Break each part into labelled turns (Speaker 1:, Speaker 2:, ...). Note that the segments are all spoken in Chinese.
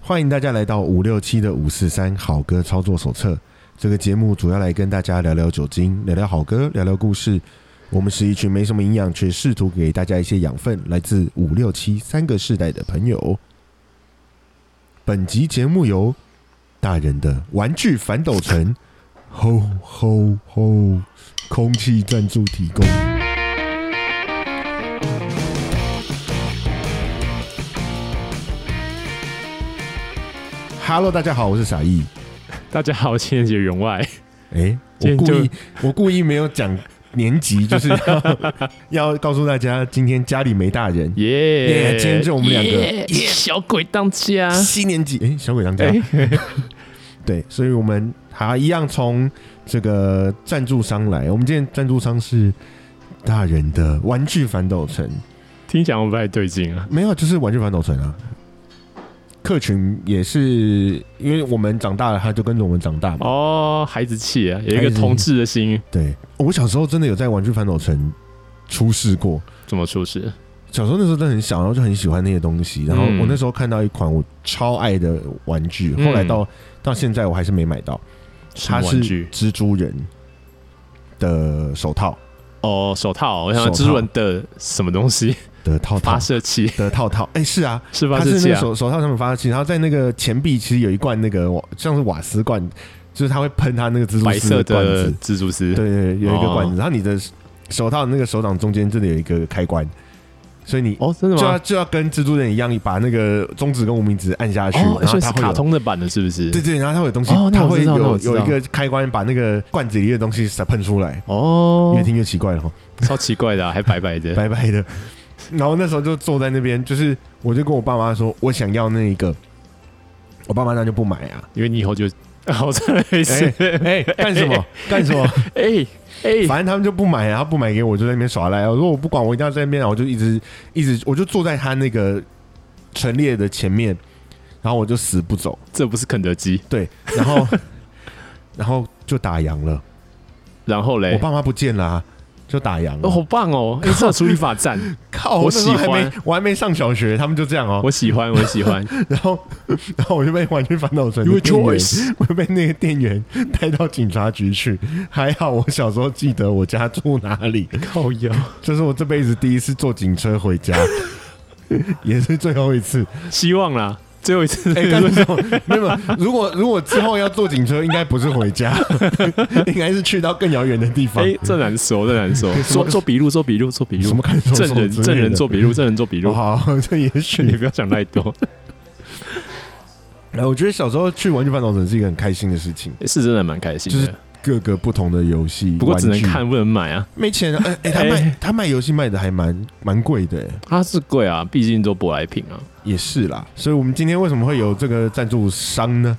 Speaker 1: 欢迎大家来到五六七的五四三好歌操作手册。这个节目主要来跟大家聊聊酒精，聊聊好歌，聊聊故事。我们是一群没什么营养，却试图给大家一些养分，来自五六七三个世代的朋友。本集节目由大人的玩具反斗城，吼吼吼，空气赞助提供。Hello，大家好，我是傻义。
Speaker 2: 大家好，情人节员外，
Speaker 1: 哎、我
Speaker 2: 今天
Speaker 1: 故
Speaker 2: 就
Speaker 1: 意我故意没有讲年级， 就是要 要告诉大家，今天家里没大人，耶
Speaker 2: 耶！
Speaker 1: 今天就我们两个
Speaker 2: 耶小鬼当家，
Speaker 1: 七年级，哎、小鬼当家，
Speaker 2: 啊哎，
Speaker 1: 对，所以我们还一样从这个赞助商来，我们今天赞助商是大人的玩具反斗城，
Speaker 2: 听讲我不太对劲啊。
Speaker 1: 没有，就是玩具反斗城啊。客群也是因为我们长大了，他就跟着我们长大嘛。
Speaker 2: 哦，孩子气啊，有一
Speaker 1: 孩
Speaker 2: 个
Speaker 1: 子气
Speaker 2: 同志的心，
Speaker 1: 对，我小时候真的有在玩具反斗城出事过，
Speaker 2: 怎么出事？
Speaker 1: 小时候那时候真的很小，然后就很喜欢那些东西。然后
Speaker 2: 嗯
Speaker 1: 我那时候看到一款我超爱的玩具，
Speaker 2: 嗯
Speaker 1: 后来到到现在我还是没买到，
Speaker 2: 什
Speaker 1: 它
Speaker 2: 么玩
Speaker 1: 是
Speaker 2: 具
Speaker 1: 蜘蛛人的手套
Speaker 2: 哦，手套，我想
Speaker 1: 手套
Speaker 2: 蜘蛛人的什么东西？
Speaker 1: 的套套
Speaker 2: 发射器
Speaker 1: 的套套。哎、是啊，
Speaker 2: 是发
Speaker 1: 它
Speaker 2: 射
Speaker 1: 是
Speaker 2: 器
Speaker 1: 那个
Speaker 2: 啊？
Speaker 1: 手手套上面发射器，然后在那个前壁其实有一罐那个瓦像是瓦斯罐，就是它会喷它那个蜘蛛
Speaker 2: 白
Speaker 1: 丝
Speaker 2: 色
Speaker 1: 的罐
Speaker 2: 的
Speaker 1: 子，
Speaker 2: 蜘蛛丝
Speaker 1: 对，对，对有一个
Speaker 2: 哦
Speaker 1: 罐子，然后你的手套那个手掌中间真的有一个开关，所以你
Speaker 2: 哦，真的
Speaker 1: 就要
Speaker 2: 吗？
Speaker 1: 就要跟蜘蛛人一样，你把那个中指跟无名指按下去，
Speaker 2: 哦，
Speaker 1: 然后
Speaker 2: 所以
Speaker 1: 它
Speaker 2: 是
Speaker 1: 会
Speaker 2: 卡
Speaker 1: 有。
Speaker 2: 通的版的，是不是？
Speaker 1: 对对，然后它会有东西，
Speaker 2: 哦那
Speaker 1: 它
Speaker 2: 我
Speaker 1: 会
Speaker 2: 知道那
Speaker 1: 有
Speaker 2: 我知道
Speaker 1: 有一个开关把那个罐子里的东西撒喷出来，
Speaker 2: 哦
Speaker 1: 越，听越奇怪了哈，
Speaker 2: 超奇怪的啊，还白白的。
Speaker 1: 白白的。然后那时候就坐在那边，就是我就跟我爸妈说，我想要那一个，我爸妈那就不买 啊，
Speaker 2: 因为你以 后就，好
Speaker 1: 哦
Speaker 2: 再来一次， 哎
Speaker 1: 干什么？干什么？
Speaker 2: 哎 哎，
Speaker 1: 反正他们就不买啊，他不买给我，就在那边耍赖啊。我说我不管，我一定要在那边啊，我就一直一直，我就坐在他那个陈列的前面，然后我就死不走。
Speaker 2: 这不是肯德基。
Speaker 1: 对，然后 然后就打烊了，
Speaker 2: 然后嘞
Speaker 1: 我，爸妈不见了、啊，就打烊了。
Speaker 2: 哎哦，好棒 哦！哎，这处理法赞，
Speaker 1: 靠
Speaker 2: 我
Speaker 1: 那时候还
Speaker 2: 喜欢
Speaker 1: 没，我还没上小学，他们就这样哦。
Speaker 2: 我喜欢，我喜欢。
Speaker 1: 然后 然后我就被玩具反斗城
Speaker 2: Your
Speaker 1: 的店员，
Speaker 2: choice
Speaker 1: 我被那个店员带到警察局去。还好我小时候记得我家住哪 里，
Speaker 2: 靠腰，
Speaker 1: 这是我这辈子第一次坐警车回家。 也是最后一次，
Speaker 2: 希望啦，最后一次。
Speaker 1: 哎、干这种没有，如果如果之后要坐警车，应该不是回家， 应该是去到更遥远的地方。
Speaker 2: 哎，这难说，这 难说。
Speaker 1: 什么
Speaker 2: 做做笔录，做笔录，做笔
Speaker 1: 什么
Speaker 2: 录。
Speaker 1: 看守所
Speaker 2: 证人，
Speaker 1: 之类的
Speaker 2: 证人做笔录，证嗯人做笔录。
Speaker 1: 好，这也
Speaker 2: 你
Speaker 1: 许。
Speaker 2: 不要想太 多，
Speaker 1: 呃，我觉得小时候去玩具反斗城是一个很开心的事情，
Speaker 2: 哎是真的蛮开心
Speaker 1: 就是
Speaker 2: 的。
Speaker 1: 各个不同的游戏，
Speaker 2: 不过只能
Speaker 1: 玩具，
Speaker 2: 看，不能买啊。
Speaker 1: 没钱啊。哎、哎他卖
Speaker 2: 哎
Speaker 1: 他卖游戏卖的还蛮蛮贵的、哎
Speaker 2: 它是贵啊，毕竟都舶来品啊。
Speaker 1: 也是啦。所以我们今天为什么会有这个赞助商呢？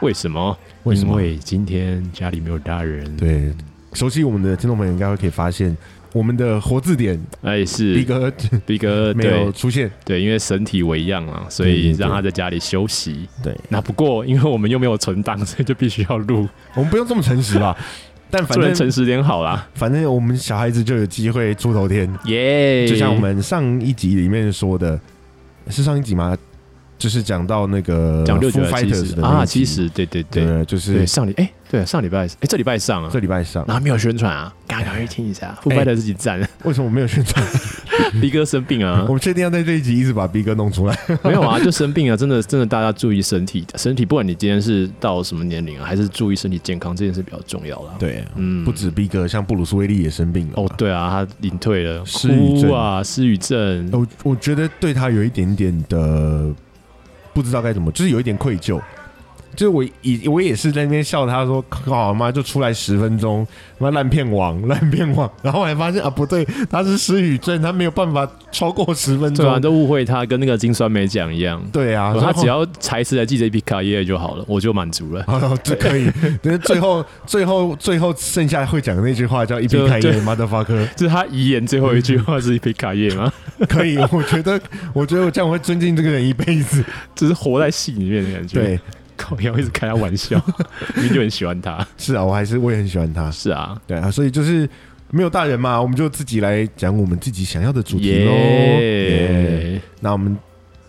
Speaker 2: 为什么？
Speaker 1: 为什么
Speaker 2: 因为今天家里没有大人。，
Speaker 1: 对，熟悉我们的听众朋友应该会可以发现，我们的活字典
Speaker 2: 哎，是
Speaker 1: 逼哥
Speaker 2: 逼哥，
Speaker 1: 没有
Speaker 2: 对
Speaker 1: 出现，
Speaker 2: 对，因为身体为恙啊，所以让他在家里休息。
Speaker 1: 对
Speaker 2: 那不过，因为我们又没有存档，所以就必须要录。
Speaker 1: 我们不用这么诚实 吧？但反
Speaker 2: 做人
Speaker 1: 正
Speaker 2: 诚实点好啦，
Speaker 1: 反正我们小孩子就有机会出头天，
Speaker 2: 耶
Speaker 1: 就像我们上一集里面说的，是上一集吗？就是讲到那个
Speaker 2: 讲六九
Speaker 1: 呃 Foo
Speaker 2: 七
Speaker 1: Fighters
Speaker 2: 十
Speaker 1: 的那
Speaker 2: 啊，
Speaker 1: 一集
Speaker 2: 七十，对对对
Speaker 1: 对，就是
Speaker 2: 对，上礼哎，对上礼拜哎这礼拜上啊
Speaker 1: 这，礼拜上。
Speaker 2: 然后没有宣传啊，赶快去听一下，腐败的自 己赞，
Speaker 1: 为什么没有宣 传？
Speaker 2: 逼哥生病啊
Speaker 1: 我，们确定要在这一集一直把逼哥弄出来？
Speaker 2: 没有啊，就生病啊，真的真的大家注意身体，身体不管你今天是到什么年龄啊，还是注意身体健康，这件事比较重要啦。，
Speaker 1: 对，
Speaker 2: 嗯
Speaker 1: 不止逼哥，像布鲁斯威利也生病了嘛。
Speaker 2: 哦，对啊，他隐退了，
Speaker 1: 失语症哦
Speaker 2: 哭啊，失语症，
Speaker 1: 我我觉得对他有一点点的不知道该怎么，就是有一点愧疚。就是我以我也是在那边笑他说，靠妈就出来十分钟，妈烂片王 烂片王，然后还发现啊不对，他是失语症，他没有办法超过十分
Speaker 2: 对啊，
Speaker 1: 钟。
Speaker 2: 都误会他跟那个金酸梅奖一样，
Speaker 1: 对啊，
Speaker 2: 他
Speaker 1: 然后
Speaker 2: 只要台词来记着皮卡耶就好了，我就满足了。
Speaker 1: 哦这可以，但是最后最后最后剩下会讲的那句话叫一笔
Speaker 2: 就
Speaker 1: 开业
Speaker 2: 对
Speaker 1: motherfucker，
Speaker 2: 就是他遗言最后一句话 是皮卡耶 吗？
Speaker 1: 可以，我觉得我觉得我这样会尊敬这个人一辈子。
Speaker 2: 就是活在戏里面的感觉。，
Speaker 1: 对，
Speaker 2: 靠腰一直开他玩 笑，明明就很喜欢他。
Speaker 1: 是啊，我还是我也很喜欢他。
Speaker 2: 是啊，
Speaker 1: 对啊，所以就是没有大人嘛，我们就自己来讲我们自己想要的主题喽。耶
Speaker 2: 耶！
Speaker 1: 那我们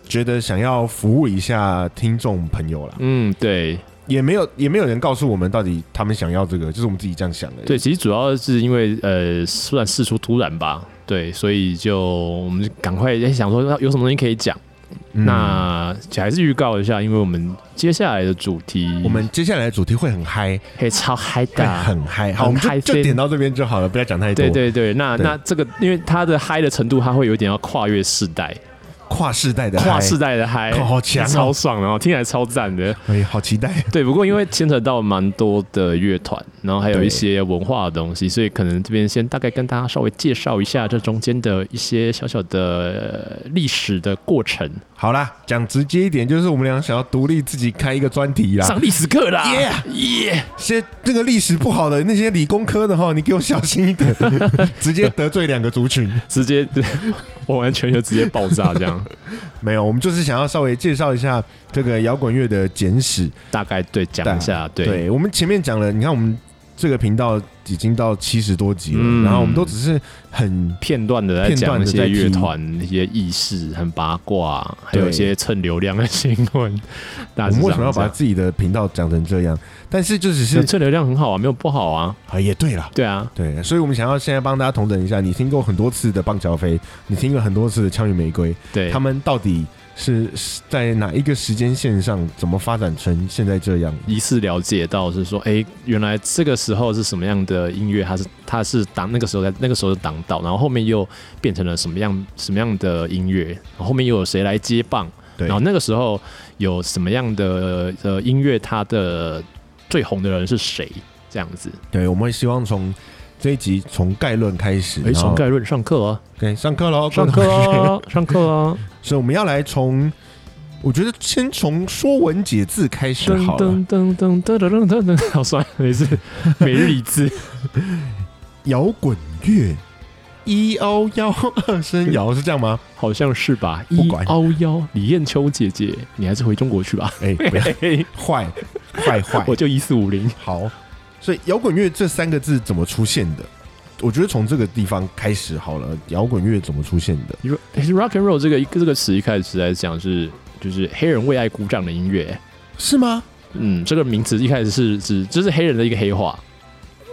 Speaker 1: 觉得想要服务一下听众朋友啦，
Speaker 2: 嗯，对
Speaker 1: 也没有也没有人告诉我们到底他们想要这个，就是我们自己这样想的。
Speaker 2: 对，，其实主要是因为呃，算事出突然吧，对，所以就我们就赶快诶想说有什么东西可以讲，
Speaker 1: 嗯
Speaker 2: 那还是预告一下，因为我们接下来的主题
Speaker 1: 我们接下来的主题会很嗨，
Speaker 2: 可以超嗨
Speaker 1: 嗯会
Speaker 2: 的。
Speaker 1: 很嗨。好，我
Speaker 2: 啊很
Speaker 1: 们就
Speaker 2: 嗨
Speaker 1: 就
Speaker 2: 森
Speaker 1: 点到这边就好了，不要讲太多。
Speaker 2: 对对对，那
Speaker 1: 对
Speaker 2: 那这个，因为它的嗨的程度，它会有一点要跨越世代，
Speaker 1: 跨世代的嗨
Speaker 2: 跨世，代的嗨，
Speaker 1: 哦好强哦
Speaker 2: 超爽的哦，听起来超赞的。
Speaker 1: 哎，好期待。
Speaker 2: 对，不过因为牵扯到蛮多的乐团，然后还有
Speaker 1: 对
Speaker 2: 一些文化的东西，所以可能这边先大概跟大家稍微介绍一下这中间的一些小小的呃历史的过程，
Speaker 1: 好啦，讲直接一点，就是我们俩想要独立自己开一个专题啦。
Speaker 2: 上历史课啦，耶
Speaker 1: 啊 Yeah
Speaker 2: 耶！
Speaker 1: 些这个历史不好的那些理工科的哈，你给我小心一 点，直接得罪两个族群。
Speaker 2: 直接完完全全直接爆炸这样，
Speaker 1: 没有，我们就是想要稍微介绍一下这个摇滚乐的简史。
Speaker 2: 大概对讲一下，对
Speaker 1: 我们前面讲了，你看我们这个频道已经到七十多集了，
Speaker 2: 嗯
Speaker 1: 然后我们都只是很
Speaker 2: 片段的在
Speaker 1: 片段
Speaker 2: 讲
Speaker 1: 地
Speaker 2: 一
Speaker 1: 在
Speaker 2: 些
Speaker 1: 提
Speaker 2: 乐团、一些意识、很八卦，还有
Speaker 1: 对
Speaker 2: 一些蹭流量的新闻。大
Speaker 1: 我
Speaker 2: 致
Speaker 1: 们为
Speaker 2: 长
Speaker 1: 什么要
Speaker 2: 这
Speaker 1: 把
Speaker 2: 样
Speaker 1: 自己的频道讲成这样？但是就只
Speaker 2: 有
Speaker 1: 是
Speaker 2: 蹭流量很好啊，没有不好啊，
Speaker 1: 啊，也对了。
Speaker 2: 对啊，
Speaker 1: 对，所以我们想要现在帮大家统整一下，你听过很多次的棒乔飞，你听过很多次的枪与玫瑰，
Speaker 2: 对，
Speaker 1: 他们到底是是在哪一个时间线上，怎么发展成现在这样？
Speaker 2: 疑似了解到是说，哎、原来这个时候是什么样的音乐，它是它是挡那个时候在那个时候的挡到，然后后面又变成了什么样什么样的音乐，然后后面又有谁来接棒，
Speaker 1: 对
Speaker 2: 然后那个时候有什么样的呃音乐，它的最红的人是谁，这样子，
Speaker 1: 对，我们会希望从这一集从概论开始，
Speaker 2: 哎、
Speaker 1: 然后
Speaker 2: 从概论上课啊，
Speaker 1: 对上课喽，
Speaker 2: 上课啊，上课 啊，
Speaker 1: 所以我们要来从，我觉得先从《说文解字》开始
Speaker 2: 噔
Speaker 1: 好了。
Speaker 2: 噔噔噔噔噔噔噔噔，好酸，每 次每日一字，
Speaker 1: 摇滚乐，一凹幺二 声摇是这样吗？
Speaker 2: 好像是吧？
Speaker 1: 不
Speaker 2: 一
Speaker 1: 管
Speaker 2: 凹幺，李艳秋姐姐，你还是回中国去吧。
Speaker 1: 哎、不要坏坏坏
Speaker 2: 我，就一四五零。
Speaker 1: 好。所以摇滚乐这三个字怎么出现的？我觉得从这个地方开始好了。摇滚乐怎么出现的？
Speaker 2: 你说其实 rock and roll 这个一个这个词一开始是在讲是就是黑人为爱鼓掌的音乐。
Speaker 1: 是吗？
Speaker 2: 嗯，这个名词一开始是指就是黑人的一个黑话，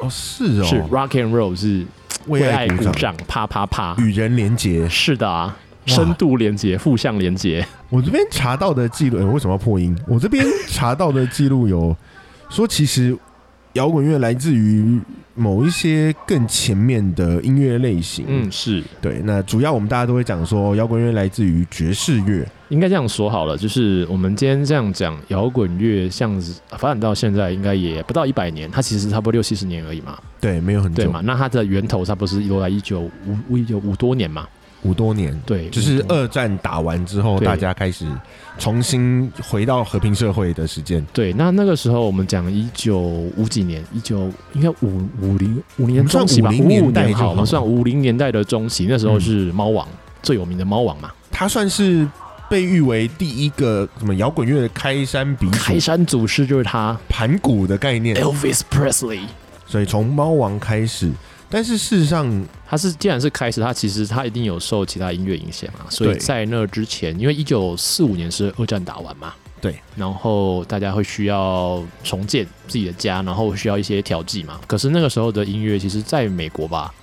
Speaker 1: 哦，是哦，
Speaker 2: 是 rock and roll 是为
Speaker 1: 为爱
Speaker 2: 爱
Speaker 1: 鼓
Speaker 2: 鼓
Speaker 1: 掌，
Speaker 2: 掌，嗯啪啪啪。
Speaker 1: 与人连结。
Speaker 2: 是的啊，
Speaker 1: 哇
Speaker 2: 深度连接，负向连接。
Speaker 1: 我这边查到的记录、呃为什么要破音？我这边查到的记录有说，其实摇滚乐来自于某一些更前面的音乐类型。
Speaker 2: 嗯，，是。
Speaker 1: 对。那主要我们大家都会讲说，摇滚乐来自于爵士乐。
Speaker 2: 应该这样说好了，就是我们今天这样讲摇滚乐，像是发展到现在应该也不到一百年，它其实差不多六七十年而已嘛，
Speaker 1: 对，没有很
Speaker 2: 对
Speaker 1: 久，
Speaker 2: 嘛？那它的源头差不多是落在一九五五一九五多年嘛，
Speaker 1: 五多年。
Speaker 2: 对，嗯
Speaker 1: 就是
Speaker 2: 五多
Speaker 1: 二战打完之后，
Speaker 2: 对
Speaker 1: 大家开始重新回到和平社会的时间。
Speaker 2: 对。那那个时候我们讲一九五几年，一九应该五五零五零
Speaker 1: 我
Speaker 2: 年
Speaker 1: 们算
Speaker 2: 中期吧，
Speaker 1: 50
Speaker 2: 五五
Speaker 1: 年代
Speaker 2: 年
Speaker 1: 就好嗯
Speaker 2: 好，我们算五零年代的中期，那时候是猫王、最有名的猫王嘛，
Speaker 1: 他算是被誉为第一个什么摇滚乐的开山鼻祖
Speaker 2: 开，山祖师就是他
Speaker 1: 盘古的概念。
Speaker 2: ，Elvis Presley。
Speaker 1: 所以从猫王开始，但是事实上，
Speaker 2: 他是既然是开始，他其实他一定有受其他音乐影响啊，所以
Speaker 1: 对
Speaker 2: 在那之前，因为一九四五年是二战打完嘛，
Speaker 1: 对，
Speaker 2: 然后大家会需要重建自己的家，然后需要一些调剂嘛。可是那个时候的音乐，其实在美国吧，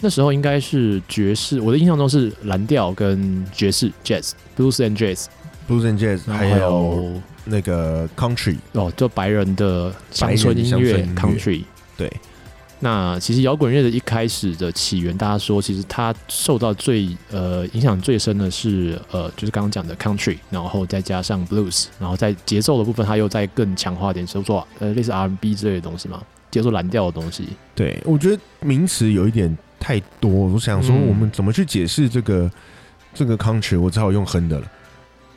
Speaker 2: 那时候应该是爵士，我的印象中是蓝调跟爵士 （jazz）、blues and jazz，
Speaker 1: blues and jazz
Speaker 2: 然后
Speaker 1: 还有那个 country，
Speaker 2: 哦，就白人的乡村音
Speaker 1: 白人
Speaker 2: 乐
Speaker 1: 乡村音
Speaker 2: （country）。
Speaker 1: 对，
Speaker 2: 那其实摇滚乐的一开始的起源，大家说其实它受到最呃影响最深的是呃就是刚刚讲的 country，然后再加上 blues，然后在节奏的部分，它又再更强化一点，说做呃类似 R&B 之类的东西嘛，节奏蓝调的东西。
Speaker 1: 对我觉得名词有一点太多，我想说
Speaker 2: 嗯
Speaker 1: 我们怎么去解释这个、这个 country，我只好用哼的了。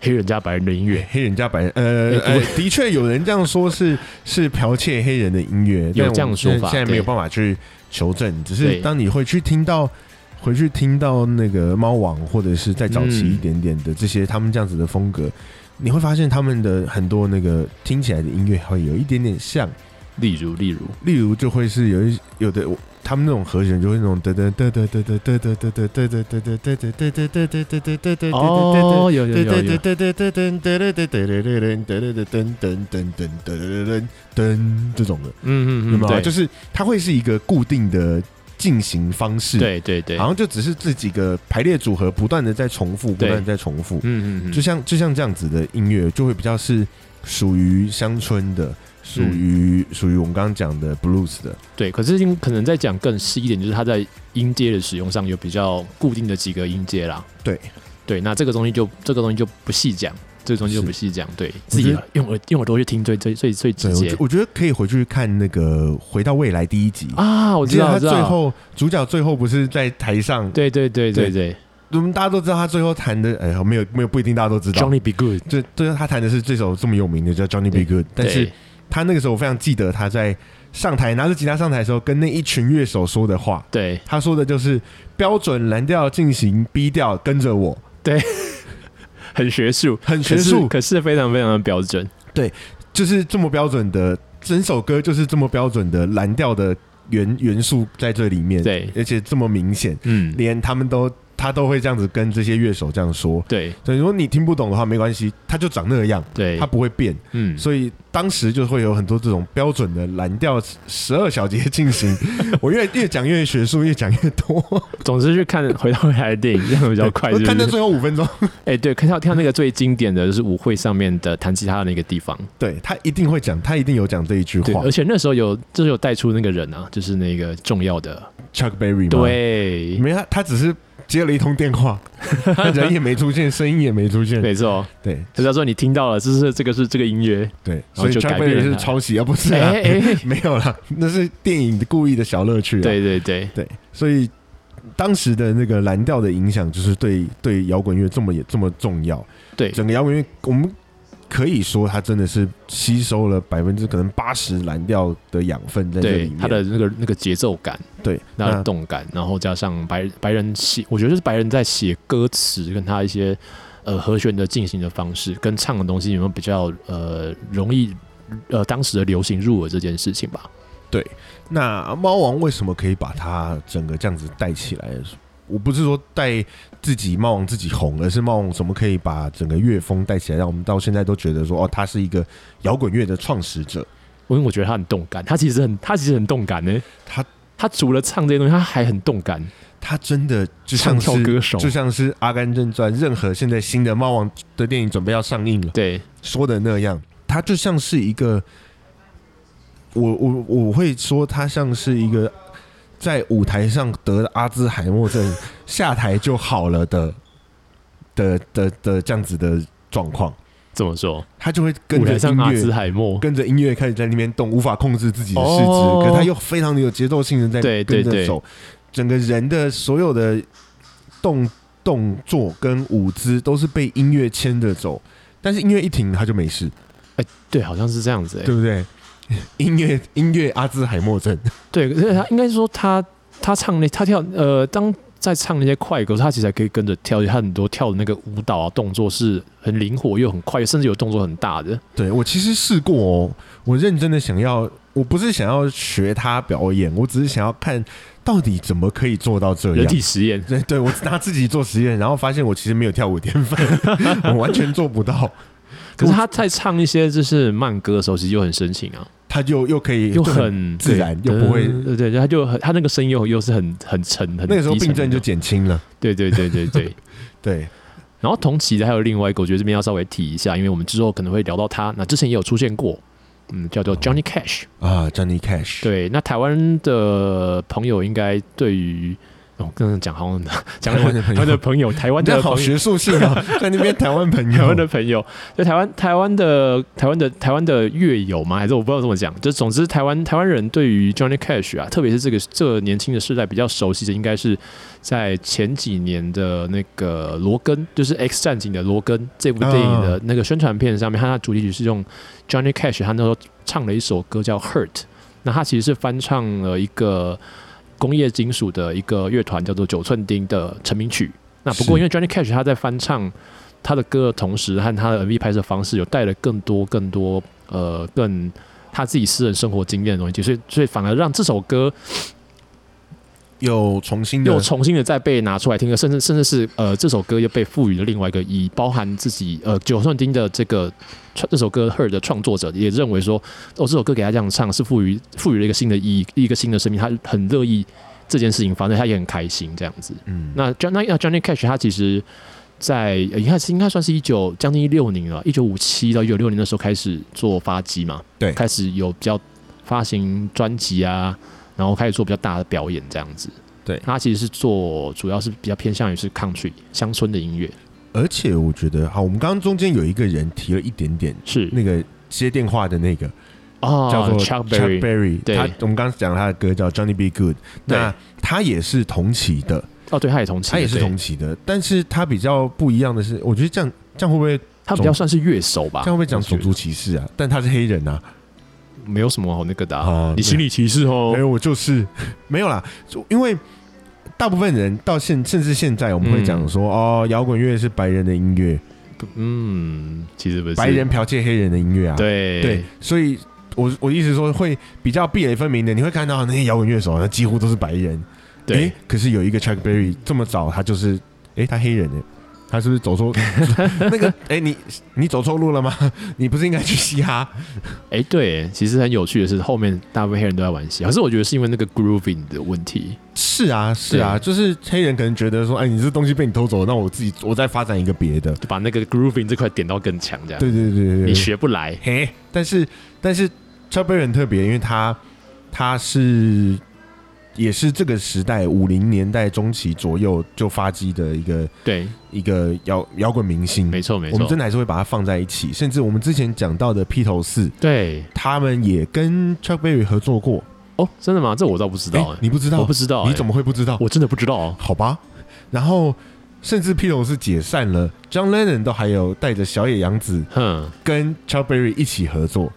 Speaker 2: 黑人加白人的音乐，
Speaker 1: 黑人加白人，呃，呃
Speaker 2: 哎不
Speaker 1: 的确有人这样说是，是剽窃黑人的音乐，
Speaker 2: 有
Speaker 1: 但
Speaker 2: 这
Speaker 1: 我
Speaker 2: 样
Speaker 1: 们
Speaker 2: 说
Speaker 1: 现在
Speaker 2: 法
Speaker 1: 现在
Speaker 2: 对
Speaker 1: 没有办法去求证，只
Speaker 2: 对
Speaker 1: 是当你会去听到。回去听到那个猫王，或者是再早期一点点的这些、他们这样子的风格，你会发现他们的很多那个听起来的音乐会有一点点像，
Speaker 2: 例如例如，
Speaker 1: 例如就会是有一有的我他们那种和弦就是那种得得得得得得得得得得得得得得得得得得得得得得
Speaker 2: 哦，有有有有，
Speaker 1: 这种的，有
Speaker 2: 嗯嗯
Speaker 1: 没
Speaker 2: 嗯，
Speaker 1: 有？
Speaker 2: 对，
Speaker 1: 就是它会是一个固定的进行方式，，
Speaker 2: 对对对，
Speaker 1: 好像就只是这几个排列组合不断的在重复，不
Speaker 2: 对
Speaker 1: 断的在重复，
Speaker 2: 嗯嗯嗯，
Speaker 1: 就像就像这样子的音乐，就会比较是属于乡村的，属于属于我们刚刚讲的 blues 的，
Speaker 2: 对。可是因可能再讲更细一点，就是它在音阶的使用上有比较固定的几个音阶啦。
Speaker 1: 对
Speaker 2: 对，那这个东西就这个东西就不细讲，这个东西就是不细讲，对
Speaker 1: 我
Speaker 2: 自己
Speaker 1: 觉得
Speaker 2: 用耳用耳朵去听最最最最
Speaker 1: 对
Speaker 2: 直，
Speaker 1: 我觉我
Speaker 2: 接
Speaker 1: 觉得可以回去看那个《回到未来》第一集。
Speaker 2: 啊！我
Speaker 1: 你
Speaker 2: 知道，
Speaker 1: 他
Speaker 2: 我知
Speaker 1: 最
Speaker 2: 道，
Speaker 1: 后主角最后不是在台上，
Speaker 2: 对对对对对
Speaker 1: 我们大家都知道他最后弹的，哎，没有没有不一定大家都知道。
Speaker 2: ，Johnny Be Good，
Speaker 1: 对，对，他弹的是这首这么有名的叫 Johnny B. Good，但是
Speaker 2: 对
Speaker 1: 他那个时候我非常记得他在上台拿着吉他上台的时候，跟那一群乐手说的话，
Speaker 2: 对
Speaker 1: 他说的就是标准蓝调进行 B 调，跟着我，
Speaker 2: 很学术，
Speaker 1: 很
Speaker 2: 可
Speaker 1: 学
Speaker 2: 是
Speaker 1: 术，
Speaker 2: 可是非常非常的标准。
Speaker 1: 就是这么标准的，整首歌就是这么标准的蓝调的元元素在这里面，，
Speaker 2: 对，
Speaker 1: 而且这么明显，
Speaker 2: 嗯，
Speaker 1: 连他们都他都会这样子跟这些乐手这样说。
Speaker 2: 对
Speaker 1: 所以如果你听不懂的话，没关系，他就长那样，
Speaker 2: 对
Speaker 1: 他，不会变。
Speaker 2: 嗯，
Speaker 1: 所以当时就会有很多这种标准的蓝调十二小节进 行。我越越讲越学术，越讲越多，
Speaker 2: 总之去看回到未来的电影，这样比较 快，是
Speaker 1: 看
Speaker 2: 不
Speaker 1: 到
Speaker 2: 是？
Speaker 1: 最后五分钟，
Speaker 2: 哎、对，看到看到那个最经典的就是舞会上面的弹吉他的那个地方，
Speaker 1: 对他一定会讲，他一定有讲这一句
Speaker 2: 对，呃
Speaker 1: 话
Speaker 2: 而。且那时候有就是有带出那个人啊，就是那个重要的，
Speaker 1: Chuck Berry 吗？，
Speaker 2: 对，
Speaker 1: 没他，他只是接了一通电 话，他人也没出现，声音也没出现。
Speaker 2: 没错，
Speaker 1: 对
Speaker 2: 就是他说你听到了，这是这个是这个音乐，
Speaker 1: 对，
Speaker 2: 然后
Speaker 1: 所以
Speaker 2: 就
Speaker 1: Chuck
Speaker 2: 改变
Speaker 1: Berry
Speaker 2: 了
Speaker 1: 是
Speaker 2: 他
Speaker 1: 抄袭啊，不是
Speaker 2: 哎
Speaker 1: 啊
Speaker 2: 哎、，哎
Speaker 1: 没有啦，那是电影故意的小乐趣啊。
Speaker 2: 对对对，
Speaker 1: 对，所以当时的那个蓝调的影响，就是对对摇滚乐这么也这么重要。
Speaker 2: 对
Speaker 1: 整个摇滚乐，我们可以说它真的是吸收了百分之可能八十蓝调的养分在这里
Speaker 2: 对
Speaker 1: 面。，嗯
Speaker 2: 他的那个那个节奏感，
Speaker 1: 对，
Speaker 2: 那
Speaker 1: 那
Speaker 2: 动感，然后加上白白人写，我觉得就是白人在写歌词跟他一些呃和弦的进行的方式，跟唱的东西有没有比较呃容易呃当时的流行入耳这件事情吧？
Speaker 1: 那猫王为什么可以把它整个这样子带起来？我不是说带自己猫王自己红，而是猫王怎么可以把整个乐风带起来，让我们到现在都觉得说哦，他是一个摇滚乐的创始者。
Speaker 2: 因为我觉得他很动感，他其实很他其实很动感呢、
Speaker 1: 他
Speaker 2: 他除了唱这些东西，他还很动感，
Speaker 1: 他真的就
Speaker 2: 唱
Speaker 1: 像是
Speaker 2: 跳歌手。
Speaker 1: 就像是《阿甘正传》任何现在新的猫王的电影准备要上映了
Speaker 2: 对
Speaker 1: 说的那样，它就像是一个，我我我会说它像是一个在舞台上得了阿兹海默症 下台就好了的的的的的这样子的状况，
Speaker 2: 怎么说？
Speaker 1: 他就会跟
Speaker 2: 舞
Speaker 1: 着
Speaker 2: 台上
Speaker 1: 音
Speaker 2: 阿兹
Speaker 1: 乐。
Speaker 2: 海默，
Speaker 1: 跟着音乐开始在那边动，无法控制自己的四肢，
Speaker 2: 哦
Speaker 1: 可他又非常的有节奏性的在
Speaker 2: 对对
Speaker 1: 跟着
Speaker 2: 对
Speaker 1: 走，整个人的所有的动动作跟舞姿都是被音乐牵着走，但是音乐一停他就没事，
Speaker 2: 对，好像是这样子、欸。
Speaker 1: 对不对？音乐音乐阿兹海默症，
Speaker 2: 对，可是他应该说他他唱那他跳呃，当在唱那些快歌，他其实还可以跟着跳，他很多跳的那个舞蹈啊动作是很灵活又很快，甚至有动作很大的。
Speaker 1: 对我其实试过哦，我认真的想要，我不是想要学他表演，我只是想要看到底怎么可以做到这
Speaker 2: 人
Speaker 1: 样。
Speaker 2: 体实验，
Speaker 1: 对，对我拿自己做实验，然后发现我其实没有跳舞天分，我完全做不到。
Speaker 2: 可是他在唱一些就是慢歌的时候，其实又很深情啊，
Speaker 1: 他就又可以就
Speaker 2: 又很
Speaker 1: 自然
Speaker 2: 对
Speaker 1: 又不会
Speaker 2: 对对对，他就很他那个声音又又是很很沉，很
Speaker 1: 那个时候
Speaker 2: 低沉
Speaker 1: 病症
Speaker 2: 的
Speaker 1: 就减轻了。
Speaker 2: 对对对对 对。
Speaker 1: 对，
Speaker 2: 然后同期的还有另外一个，我觉得这边要稍微提一下，因为我们之后可能会聊到他，那之前也有出现过，嗯，
Speaker 1: 哦
Speaker 2: 叫做 Johnny Cash。
Speaker 1: 啊，Johnny Cash，，
Speaker 2: 对，那台湾的朋友应该对于哦，刚刚讲好像 讲
Speaker 1: 台湾的朋友
Speaker 2: 台湾的朋友，台湾
Speaker 1: 那
Speaker 2: 的
Speaker 1: 好
Speaker 2: 朋友，
Speaker 1: 学术性啊，在那边台湾朋
Speaker 2: 台湾
Speaker 1: 友
Speaker 2: 的朋友，就台湾台湾的台湾的台湾的乐友吗？还是我不知道怎么讲，就总之台湾台湾人对于 Johnny Cash 啊，特别是这个这个年轻的世代比较熟悉的，应该是在前几年的那个罗根，就是《X 战警》的罗根这部电影的那个宣传片上面，它的主题曲是用 Johnny Cash 他那时候唱了一首歌叫《Hurt》，那他其实是翻唱了一个工业金属的一个乐团叫做九寸钉的成名曲。那不过
Speaker 1: 是
Speaker 2: 因为 Johnny Cash 他在翻唱他的歌的同时，和他的 MV 拍摄方式有带了更多更多呃更他自己私人生活经验的东西，所以所以反而让这首歌
Speaker 1: 又重新的
Speaker 2: 又重新的再被拿出来听了，甚至甚至是呃这首歌又被赋予了另外一个意义，包含自己呃九寸钉的这个创这首歌 Her 的创作者也认为说，哦这首歌给他这样唱是赋予赋予了一个新的意义，一个新的生命，他很乐意这件事情发生，他也很开心这样子。
Speaker 1: 嗯
Speaker 2: 那 John 那那呃 Johnny Cash 他其实在呃应该是应该算是一九将近一六年了，一九五七到一九六零的时候开始做发迹嘛，
Speaker 1: 对
Speaker 2: 开始有比较发行专辑啊，然后开始做比较大的表演这样子。
Speaker 1: 对
Speaker 2: 他其实是做主要是比较偏向于是 country 乡村的音乐，
Speaker 1: 而且我觉得好，我们刚刚中间有一个人提了一点点
Speaker 2: 是
Speaker 1: 那个接电话的那个
Speaker 2: 啊，
Speaker 1: 叫做
Speaker 2: Chuck Berry
Speaker 1: Berry，
Speaker 2: 对
Speaker 1: 他我们刚刚讲他的歌叫 Johnny Be Good，
Speaker 2: 对
Speaker 1: 那他也是同期的，
Speaker 2: 哦，对，他也同期，
Speaker 1: 他也是
Speaker 2: 对
Speaker 1: 同，期的，但是他比较不一样的是，我觉得这样这样会不会
Speaker 2: 他比较算是乐手吧，
Speaker 1: 这样会不会讲
Speaker 2: 我觉
Speaker 1: 种
Speaker 2: 得
Speaker 1: 族歧视啊？但他是黑人啊，
Speaker 2: 没有什么好那个的啊，
Speaker 1: 啊
Speaker 2: 你心理歧视哦
Speaker 1: 没，有，我就是 没有啦，就因为大部分人到现甚至现在，我们会讲说、哦，摇滚乐是白人的音乐，
Speaker 2: 嗯，其实不是
Speaker 1: 白人剽窃黑人的音乐啊，
Speaker 2: 对
Speaker 1: 对，所以我我的意思是说会比较壁垒分明的，你会看到那些摇滚乐手，那几乎都是白人。
Speaker 2: 对
Speaker 1: 诶，可是有一个 Chuck Berry 这么早，他就是诶，他黑人诶，他是不是走错 那个？诶，你你走错路了吗？ 你不是应该去嘻哈？
Speaker 2: 哎，对，其实很有趣的是，后面大部分黑人都在玩戏，可是我觉得是因为那个 grooving 的问题。
Speaker 1: 是啊，是啊，就是黑人可能觉得说，哎，你这东西被你偷走，那我自己我再发展一个别的。
Speaker 2: 就把那个 grooving 这块点到更强，这样
Speaker 1: 对对对对对
Speaker 2: 你，学不来。
Speaker 1: 嘿，但是但是 Chuck Berry 很特别，因为他他是也是这个时代五零年代中期左右就发迹的一个
Speaker 2: 对，
Speaker 1: 一个摇摇滚明星。
Speaker 2: 没错没
Speaker 1: 嗯我们
Speaker 2: 错
Speaker 1: 真，的还是会把它放在一起，甚至我们之前讲到的披头士，
Speaker 2: 对
Speaker 1: 他们也跟 Chuck Berry 合作过。
Speaker 2: 哦，真的吗？这我倒不知道
Speaker 1: 诶
Speaker 2: 欸，
Speaker 1: 你不知道？
Speaker 2: 我不知道欸，
Speaker 1: 你怎么会不知道？
Speaker 2: 我真的不知道
Speaker 1: 好吧。然后，甚至披头士解散了，John Lennon 都还有带着小野洋子
Speaker 2: 哼，
Speaker 1: 跟 Chuck Berry 一起合作。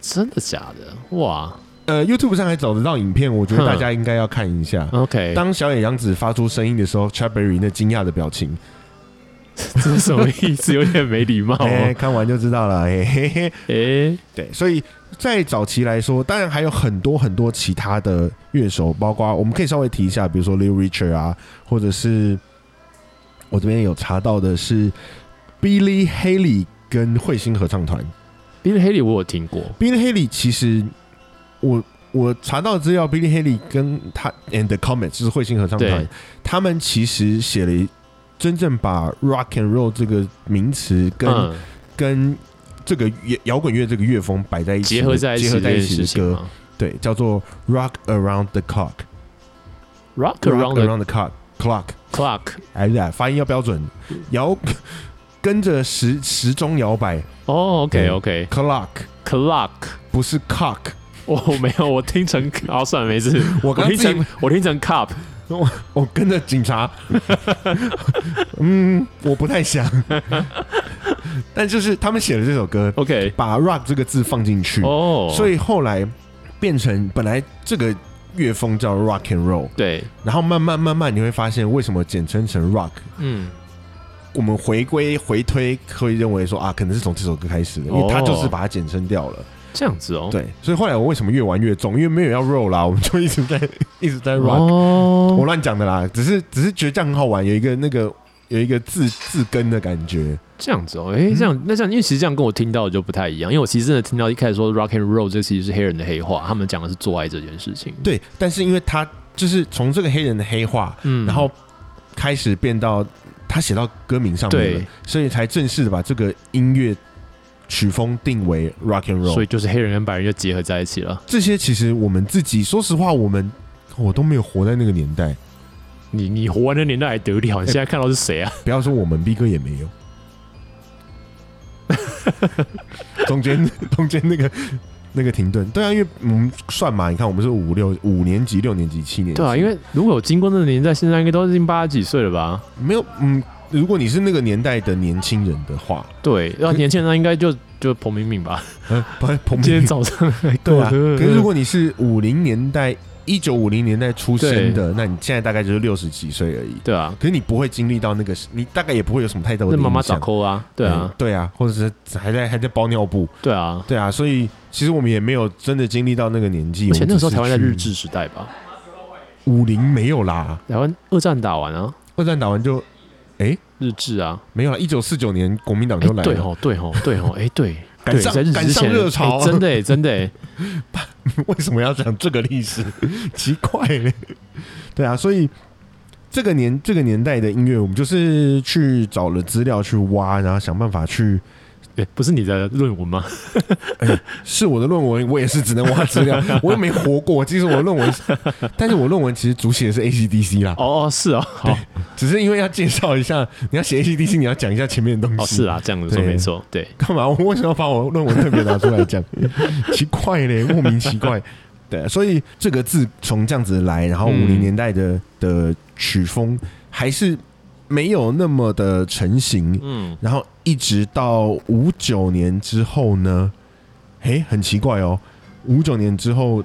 Speaker 2: 真的假的？哇
Speaker 1: 呃，YouTube 上还找得到影片，我觉得
Speaker 2: 哼嗯
Speaker 1: 大家应该要看一下。
Speaker 2: ，OK，
Speaker 1: 当小野洋子发出声音的时候，Chuck Berry 那惊讶的表情，
Speaker 2: 这是什么意思？有点没礼貌哦。
Speaker 1: 哎、看完就知道了。嘿嘿嘿，
Speaker 2: 哎，
Speaker 1: 对，所以在早期来说，当然还有很多很多其他的乐手，包括我们可以稍微提一下，比如说 Lil Richard 啊，或者是我这边有查到的是 Billy Haley 跟彗星合唱团。
Speaker 2: b i l l Haley 我有听过，
Speaker 1: Billy Haley 其实我我查到资料，Billy Haley 跟他 and the Comets 就是彗星合唱团
Speaker 2: 对，
Speaker 1: 他们其实写了一真正把 rock and roll 这个名词跟、
Speaker 2: 嗯，
Speaker 1: 跟这个摇摇滚乐这个乐风摆在一起的，
Speaker 2: 结合在一起
Speaker 1: 结合在
Speaker 2: 这
Speaker 1: 一
Speaker 2: 件
Speaker 1: 起
Speaker 2: 事
Speaker 1: 的
Speaker 2: 情
Speaker 1: 歌，
Speaker 2: 吗
Speaker 1: 对，叫做 Rock Around the Clock。
Speaker 2: ，Rock Around
Speaker 1: the
Speaker 2: the
Speaker 1: Clock Clock，
Speaker 2: Clock，
Speaker 1: 哎呀，发音要标准，摇跟着时时钟摇摆
Speaker 2: 哦
Speaker 1: 对
Speaker 2: ，OK OK
Speaker 1: Clock。
Speaker 2: Clock。
Speaker 1: 不是 cock，
Speaker 2: 我哦没有，我听成好，算了，没事。
Speaker 1: 我
Speaker 2: 我
Speaker 1: 刚
Speaker 2: 听
Speaker 1: 自己
Speaker 2: 成我听成 cup，
Speaker 1: 我跟着警 察，嗯，我不太想，但就是他们写了这首歌，
Speaker 2: OK，
Speaker 1: 把 rock 这个字放进去，
Speaker 2: 哦，
Speaker 1: 嗯所
Speaker 2: 以
Speaker 1: 以后来变成本来这个乐风叫 rock and roll，
Speaker 2: 对，
Speaker 1: 然后慢慢慢慢你会发现为什么简称成 rock，
Speaker 2: 嗯，
Speaker 1: 我们回归回推会认为说啊，可能是从这首歌开始的，因为
Speaker 2: 哦
Speaker 1: 它就是把它简称掉了，
Speaker 2: 这样子哦，
Speaker 1: 对，所以后来我为什么越玩越重，因为没有要 roll 啦，我 们就一直在一直在 rock。
Speaker 2: 哦，
Speaker 1: 我乱讲的啦，只是只是觉得这样很好玩，有一个那个有一个字字根的感觉。
Speaker 2: 这样子哦，诶，
Speaker 1: 嗯
Speaker 2: 这样那这样，因为其实这样跟我听到的就不太一样，因为我其实真的听到一开始说 rock and roll 这其实是黑人的黑话，他们讲的是做爱这件事情。，
Speaker 1: 对，但是因为他就是从这个黑人的黑化，
Speaker 2: 嗯
Speaker 1: 然后开始变到他写到歌名上面了
Speaker 2: 对，
Speaker 1: 所以才正式的把这个音乐曲风定为 rock and roll
Speaker 2: 所以。就是黑人跟白人就结合在一起了。
Speaker 1: 这些其实我们自己说实话，我们我都没有活在那个年代，
Speaker 2: 你你活完的年代还得了？你现在看到 是谁啊？
Speaker 1: 不要说我们 B 哥也 没有。中间中间那个那个停顿，对啊，因为我们算嘛，你看我们是五六五年级、六年级、七年级，
Speaker 2: 对啊，因为如果有经过那个年代，现在应该都已经八十几岁了吧？
Speaker 1: 没有嗯，如果你是那个年代的年轻人的话，
Speaker 2: 对，然后年轻人应该就就彭明敏吧？
Speaker 1: 呃，不， 彭
Speaker 2: 今
Speaker 1: 明
Speaker 2: 天
Speaker 1: 敏
Speaker 2: 早上还
Speaker 1: 对啊，
Speaker 2: 跟我
Speaker 1: 可是如果你是五零年代、一九五零年代出生的，那你现在大概就是六十几岁而已。
Speaker 2: 对啊，
Speaker 1: 可是你不会经历到那个，你大概也不会有什么太多的
Speaker 2: 那妈妈
Speaker 1: 影响
Speaker 2: 找扣啊？对啊
Speaker 1: 嗯，对啊，或者是还在还在包尿布，
Speaker 2: 对啊，
Speaker 1: 对啊，所以其实我们也没有真的经历到那个年纪，
Speaker 2: 而且那时
Speaker 1: 我
Speaker 2: 候台
Speaker 1: 们
Speaker 2: 湾
Speaker 1: 只
Speaker 2: 在
Speaker 1: 是去
Speaker 2: 日治时代吧？
Speaker 1: 五零没有啦，
Speaker 2: 台湾二战打完啊，
Speaker 1: 二战打完就
Speaker 2: 日治啊，
Speaker 1: 没有了。一九四九年国民党
Speaker 2: 哎
Speaker 1: 就来了，
Speaker 2: 对吼，对吼，对吼，哎 对。
Speaker 1: 赶
Speaker 2: 对，
Speaker 1: 上
Speaker 2: 在日
Speaker 1: 赶
Speaker 2: 之
Speaker 1: 上
Speaker 2: 前，
Speaker 1: 热潮啊
Speaker 2: 哎真的哎，真的哎，
Speaker 1: 为什么要讲这个历史？ 奇怪嘞。对啊，所以这个年这个年代的音乐，我们就是去找了资料去挖，然后想办法去。
Speaker 2: 哎不是你的论文 吗？
Speaker 1: 是我的论文，我也是只能挖资料， 我又没活过。其实我的论文，但是我论文其实主写的是 ACDC 啦，
Speaker 2: 哦哦，是哦，好
Speaker 1: 只是因为要介绍一下，你要写 ACDC，你要讲一下前面的东西。
Speaker 2: 哦是啊，这样子说
Speaker 1: 对
Speaker 2: 没错，对，
Speaker 1: 干嘛？我为什么要把我论文特别拿出来讲？ 奇怪嘞，莫名其怪。对，所以这个字从这样子来，然后五
Speaker 2: 嗯
Speaker 1: 零年代的、的曲风还是没有那么的成型，
Speaker 2: 嗯，
Speaker 1: 然后一直到五九年之后呢，诶，很奇怪哦，五九年之后，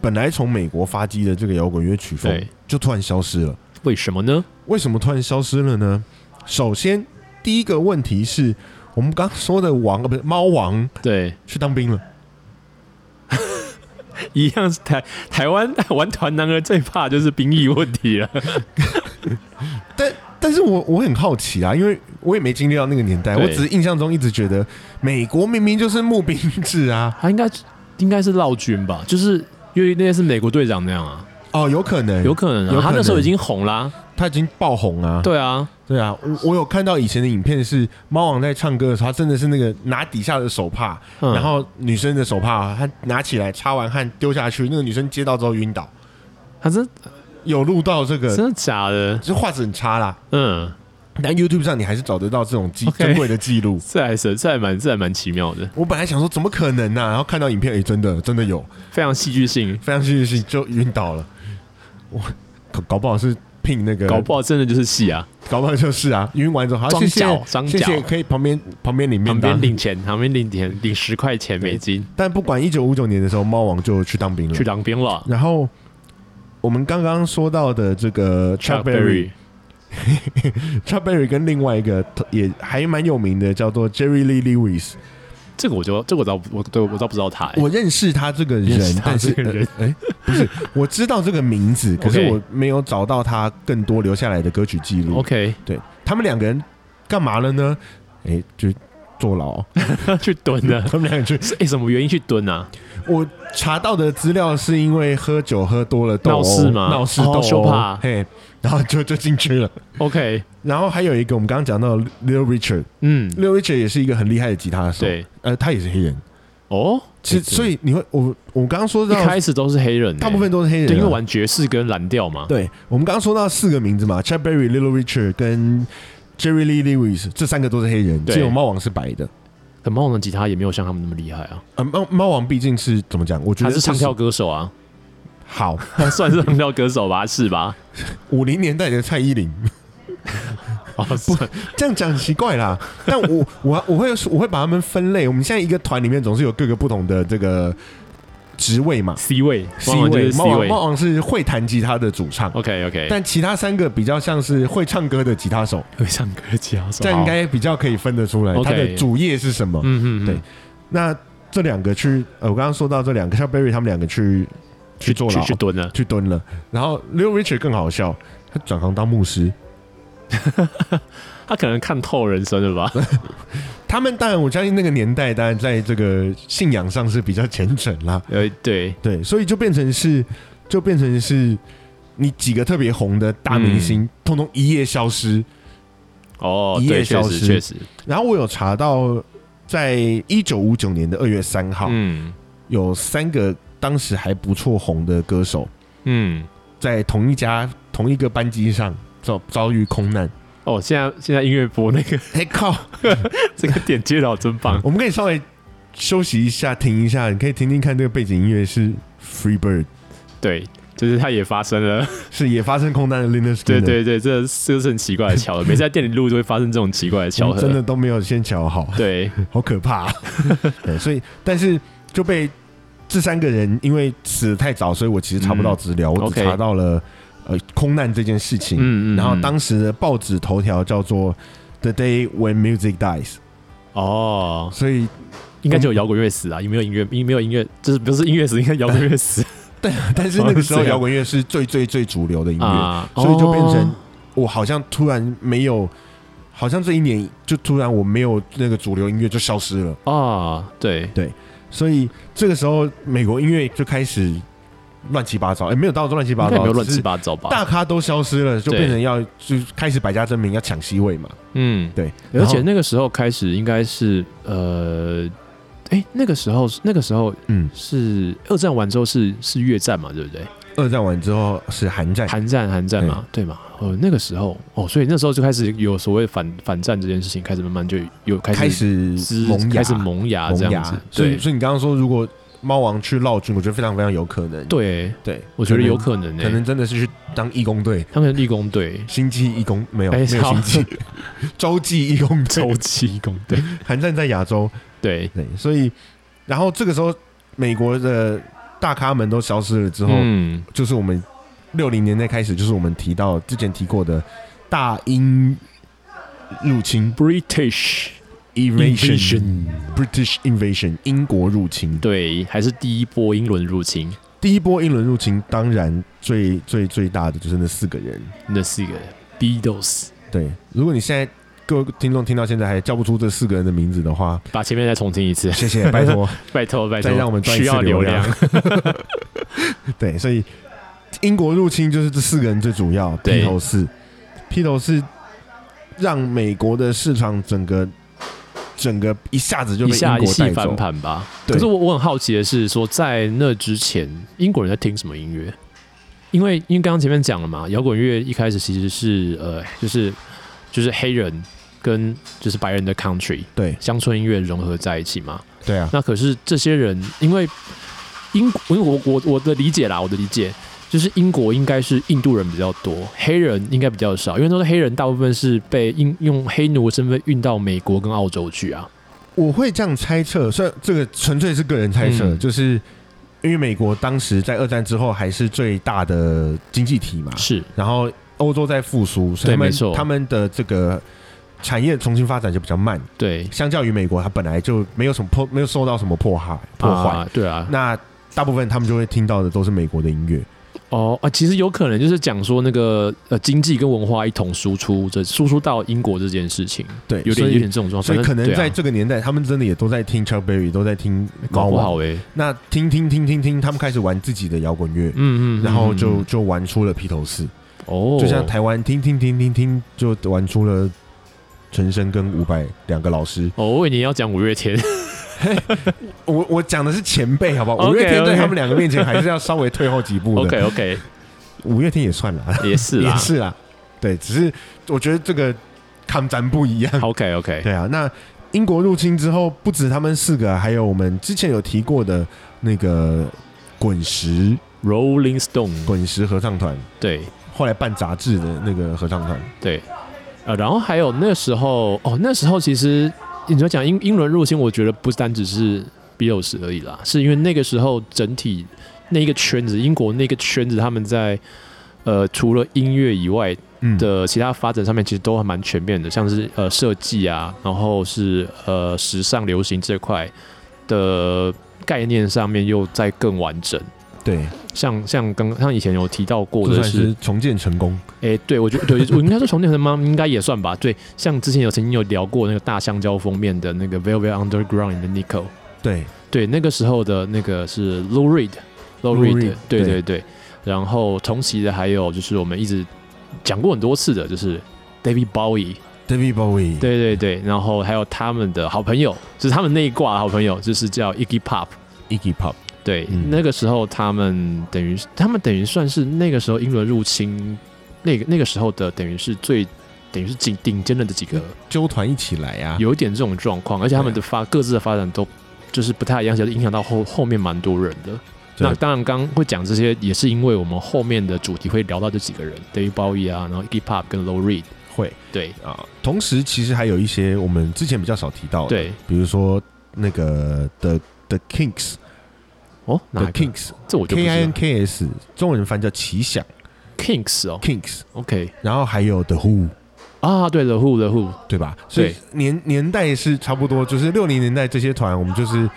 Speaker 1: 本来从美国发迹的这个摇滚乐曲风
Speaker 2: 对，
Speaker 1: 就突然消失了。
Speaker 2: 为什么呢？
Speaker 1: 为什么突然消失了呢？首先，第一个问题是我们刚刚说的王，呃，不是猫王
Speaker 2: 对，
Speaker 1: 去当兵了。
Speaker 2: 一样是台台湾 玩团男儿最怕就是兵役问题啊了。
Speaker 1: 但但是我我很好奇啊，因为我也没经历到那个年代，
Speaker 2: 对
Speaker 1: 我只是印象中一直觉得美国明明就是募兵制啊。
Speaker 2: 他应该应该是绕军吧，就是因为那些是美国队长那样啊，
Speaker 1: 哦，有可能，
Speaker 2: 有可能
Speaker 1: 有可
Speaker 2: 啊，
Speaker 1: 能
Speaker 2: 他那时候已经红啦、
Speaker 1: 他已经爆红啊。
Speaker 2: 对啊，
Speaker 1: 对啊，我我有看到以前的影片是猫王在唱歌的时候，他真的是那个拿底下的手帕，
Speaker 2: 嗯
Speaker 1: 然后女生的手帕，他拿起来擦完汗丢下去，那个女生接到之后晕倒。
Speaker 2: 他真
Speaker 1: 有录到这个，
Speaker 2: 真的假的？
Speaker 1: 这画质很差啦。
Speaker 2: 嗯，
Speaker 1: 但 YouTube 上你还是找得到这种记
Speaker 2: OK
Speaker 1: 珍贵的记录。
Speaker 2: 这还是这还蛮这还蛮奇妙的，
Speaker 1: 我本来想说怎么可能呢、然后看到影片，哎、真的真的有，
Speaker 2: 非常戏剧性，
Speaker 1: 非常戏剧性，就晕倒了。我搞搞不好是聘那个，
Speaker 2: 搞不好真的就是戏啊，
Speaker 1: 搞不好就是啊，晕完之后，好
Speaker 2: 装
Speaker 1: 谢谢
Speaker 2: 脚装
Speaker 1: 谢
Speaker 2: 脚
Speaker 1: 谢，可以旁边旁边领面
Speaker 2: 旁
Speaker 1: 当
Speaker 2: 边。领钱，旁边领钱领十块钱美金
Speaker 1: 但不管一九五九年的时候，猫王就去当兵了
Speaker 2: 去。当兵了。
Speaker 1: 然后我们刚刚说到的这个 Chuck Berry。Chuck Berry 跟另外一个也还蛮有名的，叫做 Jerry Lee Lewis，
Speaker 2: 这个我就这个我倒不我对我倒不知道他、欸，
Speaker 1: 我认识他这个
Speaker 2: 认识
Speaker 1: 人，
Speaker 2: 他
Speaker 1: 但是
Speaker 2: 这个人
Speaker 1: 呃哎、不是， 我知道这个名字，可是
Speaker 2: OK
Speaker 1: 我没有找到他更多留下来的歌曲记录。
Speaker 2: OK
Speaker 1: 对他们两个人干嘛了呢？哎、就坐牢。
Speaker 2: 去蹲的，
Speaker 1: 他们两个去，
Speaker 2: 是、欸、什么原因去蹲啊？
Speaker 1: 我查到的资料是因为喝酒喝多了斗殴
Speaker 2: 闹事吗
Speaker 1: 闹事
Speaker 2: 哦
Speaker 1: 斗
Speaker 2: 羞
Speaker 1: 殴
Speaker 2: 怕，
Speaker 1: 嘿，然后就就进去了。
Speaker 2: OK，
Speaker 1: 然后还有一个我们刚刚讲到的 Lil Richard，Lil
Speaker 2: 嗯，
Speaker 1: Richard 也是一个很厉害的吉他手，
Speaker 2: 对，
Speaker 1: 呃，他也是黑人。
Speaker 2: 哦，
Speaker 1: 其实，
Speaker 2: 对
Speaker 1: 所以你会，我我刚刚说
Speaker 2: 一
Speaker 1: 到，
Speaker 2: 开始都是黑人欸、
Speaker 1: 大部分都是黑人啊、
Speaker 2: 对，因为玩爵士跟蓝调嘛。
Speaker 1: 对，我们刚刚说到四个名字嘛，Chad Berry、Little Richard 跟 Jerry Lee Lewis，这三个都是黑人，
Speaker 2: 对
Speaker 1: 只有猫王是白的。
Speaker 2: 可猫王的吉他也没有像他们那么厉害啊，
Speaker 1: 呃，猫猫王毕竟是怎么讲？我觉
Speaker 2: 他
Speaker 1: 得
Speaker 2: 是
Speaker 1: 这
Speaker 2: 唱跳歌手啊，
Speaker 1: 好，
Speaker 2: 他算是唱跳歌手吧，是吧？
Speaker 1: 五零年代的蔡依林，
Speaker 2: 哦，不，
Speaker 1: 这样讲很奇怪啦。但我我我会我会把他们分类。我们现在一个团里面总是有各个不同的这个职位嘛
Speaker 2: C 位
Speaker 1: ，C
Speaker 2: 猫王就
Speaker 1: 位
Speaker 2: 是 C
Speaker 1: 猫王
Speaker 2: 位
Speaker 1: 猫王是会弹吉他的主唱。
Speaker 2: ，OK OK，
Speaker 1: 但其他三个比较像是会唱歌的吉他手，
Speaker 2: 会唱歌的吉他手，
Speaker 1: 这样应该比较可以分得出来
Speaker 2: 好
Speaker 1: 他的
Speaker 2: OK
Speaker 1: 主业是什么
Speaker 2: 好，。嗯嗯，嗯
Speaker 1: 对，那这两个去，呃，我刚刚说到这两个，像 Berry 他们两个去去坐牢
Speaker 2: 去去蹲了，
Speaker 1: 去蹲了，然后 Lil Richard 更好笑，他转行当牧师。
Speaker 2: 他可能看透人 生了吧？
Speaker 1: 他们当然，我相信那个年代，当然在这个信仰上是比较虔诚啦，
Speaker 2: 呃，对，
Speaker 1: 对，所以就变成是，就变成是你几个特别红的大明星，通通一夜消失。
Speaker 2: 哦，
Speaker 1: 一夜
Speaker 2: 对，确
Speaker 1: 消失
Speaker 2: 实确实，
Speaker 1: 然后我有查到，在一九五九年的二月三号，
Speaker 2: 嗯
Speaker 1: 有三个当时还不错红的歌手，
Speaker 2: 嗯，
Speaker 1: 在同一家同一个班机上遭遭遇空难。
Speaker 2: 哦，现在现在音乐播那个
Speaker 1: 哎、靠！
Speaker 2: 这个点接的好真棒，
Speaker 1: 我们可以稍微休息一下，停一下，你可以听听看这个背景音乐是 Free Bird，
Speaker 2: 对，就是它也发生了。
Speaker 1: 是也发生空难的 Linus。
Speaker 2: 对，对对，这这是很奇怪的巧合， 每次在店里录都会发生这种奇怪的巧
Speaker 1: 我们
Speaker 2: 合。
Speaker 1: 嗯真的都没有先瞧好，
Speaker 2: 对，
Speaker 1: 好可 怕、啊。对，所以但是就被这三个人因为死得太早，所以我其实查不到资料，我只
Speaker 2: 嗯 OK
Speaker 1: 查到了呃空难这件事情。
Speaker 2: 嗯嗯。
Speaker 1: 然后
Speaker 2: 嗯
Speaker 1: 当时的报纸头条叫做 "The Day When Music Dies"，
Speaker 2: 哦，
Speaker 1: 所以
Speaker 2: 应该只有摇滚乐死啊，也没有音乐，音没有音乐，就是不是音乐死，应该摇滚乐死。
Speaker 1: 但 但是那个时候摇滚乐是最最最主流的音乐，
Speaker 2: 啊，
Speaker 1: 所以就变成
Speaker 2: 哦
Speaker 1: 我好像突然没有，好像这一年就突然我没有那个主流音乐就消失了，
Speaker 2: 哦，对，
Speaker 1: 所以这个时候美国音乐就开始乱七八糟，哎、没有到乱七八
Speaker 2: 应该
Speaker 1: 糟，
Speaker 2: 也没有乱
Speaker 1: 只
Speaker 2: 七
Speaker 1: 是
Speaker 2: 八糟吧？
Speaker 1: 大咖都消失了，就
Speaker 2: 对
Speaker 1: 变成要就开始百家争鸣，要抢 C 位嘛。
Speaker 2: 嗯，
Speaker 1: 对，
Speaker 2: 而
Speaker 1: 然
Speaker 2: 且
Speaker 1: 后
Speaker 2: 那个时候开始应该是呃，哎、那个时候那个时候
Speaker 1: 嗯，
Speaker 2: 是二战完之后是是越战嘛，对不对？
Speaker 1: 二战完之后是韩战，
Speaker 2: 韩战韩战
Speaker 1: 哎
Speaker 2: 嘛，对嘛？呃，那个时候哦，所以那时候就开始有所谓反反战这件事情，开始慢慢就有开始
Speaker 1: 开始
Speaker 2: 滋
Speaker 1: 萌芽，
Speaker 2: 开始萌芽
Speaker 1: 萌
Speaker 2: 这样子
Speaker 1: 芽。。所以，
Speaker 2: 对
Speaker 1: 所以你刚刚说，如果猫王去绕军，我觉得非常非常有可能。
Speaker 2: 对，
Speaker 1: 对，
Speaker 2: 我觉得有
Speaker 1: 能，
Speaker 2: 可能呢、
Speaker 1: 可
Speaker 2: 欸
Speaker 1: 能真的是去当义工队，
Speaker 2: 他们立功队
Speaker 1: 星际义工没有没
Speaker 2: 哎
Speaker 1: 有
Speaker 2: 好
Speaker 1: 星际， 洲际义工 队。
Speaker 2: 周期工队，
Speaker 1: 韩战在亚洲，
Speaker 2: 对，
Speaker 1: 对，所以然后这个时候美国的大咖们都消失了之后，
Speaker 2: 嗯，
Speaker 1: 就是我们六零年代开始，就是我们提到之前提过的大英入侵
Speaker 2: British
Speaker 1: （invasion）、British invasion 英国入侵。
Speaker 2: 对，还是第一波英伦入侵
Speaker 1: 第一波英伦入侵，当然最最最大的就是那四个人。
Speaker 2: 那四个 Beatles，
Speaker 1: 对，如果你现在各位听众听到现在还叫不出这四个人的名字的话，
Speaker 2: 把前面再重听一 次，
Speaker 1: 谢谢，拜托。
Speaker 2: 拜托拜 托，
Speaker 1: 再让我们赚一
Speaker 2: 需
Speaker 1: 次
Speaker 2: 要
Speaker 1: 流量
Speaker 2: 量，
Speaker 1: 对，所以英国入侵就是这四个人最主要，
Speaker 2: 对
Speaker 1: 披头士，披头士让美国的市场整个整个一下子就
Speaker 2: 一
Speaker 1: 被英
Speaker 2: 下一
Speaker 1: 国
Speaker 2: 系
Speaker 1: 带
Speaker 2: 翻
Speaker 1: 走。
Speaker 2: 盘吧。
Speaker 1: 对
Speaker 2: 可是我我很好奇的是说，在那之前，英国人在听什么音乐？因为因为刚刚前面讲了嘛，摇滚乐一开始其实是呃，就是就是黑人跟就是白人的 country
Speaker 1: 对
Speaker 2: 乡村音乐融合在一起嘛。
Speaker 1: 对啊，
Speaker 2: 那可是这些人，因为英，因为我我我的理解啦，我的理解就是英国应该是印度人比较多，黑人应该比较少，因为那时候黑人大部分是被英用黑奴身份运到美国跟澳洲去啊。
Speaker 1: 我会这样猜测，虽然这个纯粹是个人猜测，
Speaker 2: 嗯
Speaker 1: 就是因为美国当时在二战之后还是最大的经济体嘛，
Speaker 2: 是，
Speaker 1: 然后欧洲在复苏，所以
Speaker 2: 对
Speaker 1: 他们
Speaker 2: 没错
Speaker 1: 他们的这个产业重新发展就比较慢，
Speaker 2: 对，
Speaker 1: 相较于美国，它本来就没有什么破，没有受到什么破坏破坏。
Speaker 2: 啊对啊。
Speaker 1: 那大部分他们就会听到的都是美国的音乐，
Speaker 2: 哦啊，其实有可能就是讲说那个呃经济跟文化一同输出，这输出到英国这件事情，
Speaker 1: 对，
Speaker 2: 有
Speaker 1: 所
Speaker 2: 点
Speaker 1: 以
Speaker 2: 有点这种状况。
Speaker 1: 所以可能
Speaker 2: 对啊
Speaker 1: 在这个年代，他们真的也都在听 Chuck Berry，都在听猫
Speaker 2: 搞不
Speaker 1: 王。
Speaker 2: 好哎、
Speaker 1: 那听听听听听，他们开始玩自己的摇滚乐，
Speaker 2: 嗯嗯嗯，
Speaker 1: 然后就
Speaker 2: 嗯
Speaker 1: 就玩出了披头士，
Speaker 2: 哦，
Speaker 1: 就像台湾听听听听听，就玩出了陈升跟伍佰两个老师。
Speaker 2: 哦，我以为你要讲五月天，
Speaker 1: 我我讲的是前辈，好不好？
Speaker 2: OK，
Speaker 1: 五月天在
Speaker 2: OK
Speaker 1: 他们两个面前还是要稍微退后几步
Speaker 2: OK
Speaker 1: 的。
Speaker 2: OK，
Speaker 1: 五月天也算了，
Speaker 2: 也是啊
Speaker 1: 也
Speaker 2: 啦
Speaker 1: 是啦，对，只是我觉得这个抗战不一样。
Speaker 2: ，OK OK，
Speaker 1: 对啊，那英国入侵之后，不止他们四个，还有我们之前有提过的那个滚石
Speaker 2: Rolling Stone，
Speaker 1: 滚石合唱团，
Speaker 2: 对
Speaker 1: 后来办杂志的那个合唱团，
Speaker 2: 对，呃，然后还有那时候，哦，那时候其实你说讲英英伦入侵，我觉得不单只是 Beatles 而已啦，是因为那个时候整体那一个圈子，英国那个圈子，他们在呃除了音乐以外
Speaker 1: 嗯，
Speaker 2: 的其他发展上面，其实都还蛮全面的，像是呃设计啊，然后是呃时尚流行这块的概念上面又再更完整。
Speaker 1: 对，
Speaker 2: 像像刚像以前有提到过
Speaker 1: 就
Speaker 2: 的
Speaker 1: 算
Speaker 2: 是
Speaker 1: 是，重建成功，
Speaker 2: 哎、对我觉得对我应该说重建成吗？应该也算吧。对，像之前有曾经有聊过那个大香蕉封面的那个 Velvet Underground 的 Nico，
Speaker 1: 对，
Speaker 2: 对，那个时候的那个是 Lou Reed，Lou
Speaker 1: Lou
Speaker 2: Reed，
Speaker 1: Reed，
Speaker 2: 对
Speaker 1: 对
Speaker 2: 对对。然后同期的还有就是我们一直讲过很多次的，就是 David Bowie，
Speaker 1: ，David Bowie，，
Speaker 2: 对对对。然后还有他们的好朋友，就是他们那一挂的好朋友，就是叫 Iggy Pop。
Speaker 1: ，Iggy Pop，
Speaker 2: 对，
Speaker 1: 嗯
Speaker 2: 那个时候他们等于他们等于算是那个时候英伦入侵那个那个时候的等于是最等于是顶顶尖的这几个，
Speaker 1: 纠团一起来嗯啊，
Speaker 2: 有一点这种状况，而且他们的发各自的发展都就是不太一样，其实影响到后后面蛮多人的。
Speaker 1: 对
Speaker 2: 那当然，刚刚会讲这些，也是因为我们后面的主题会聊到这几个人，David Bowie 啊，然后 Iggy Pop 跟 Low Reed，
Speaker 1: 会
Speaker 2: 对
Speaker 1: 啊，同时其实还有一些我们之前比较少提到的，，
Speaker 2: 对，
Speaker 1: 比如说那个的。The Kinks，The
Speaker 2: 哦，哪一个
Speaker 1: Kinks，K
Speaker 2: 这我就不知
Speaker 1: I N
Speaker 2: 道
Speaker 1: K S，中文翻叫奇想
Speaker 2: Kinks 哦
Speaker 1: Kinks，
Speaker 2: ，OK
Speaker 1: 然后还有 The Who，
Speaker 2: 啊，对，The Who，The Who，
Speaker 1: 对吧？所以年年代是差不多，就是六零年代这些团，我们就是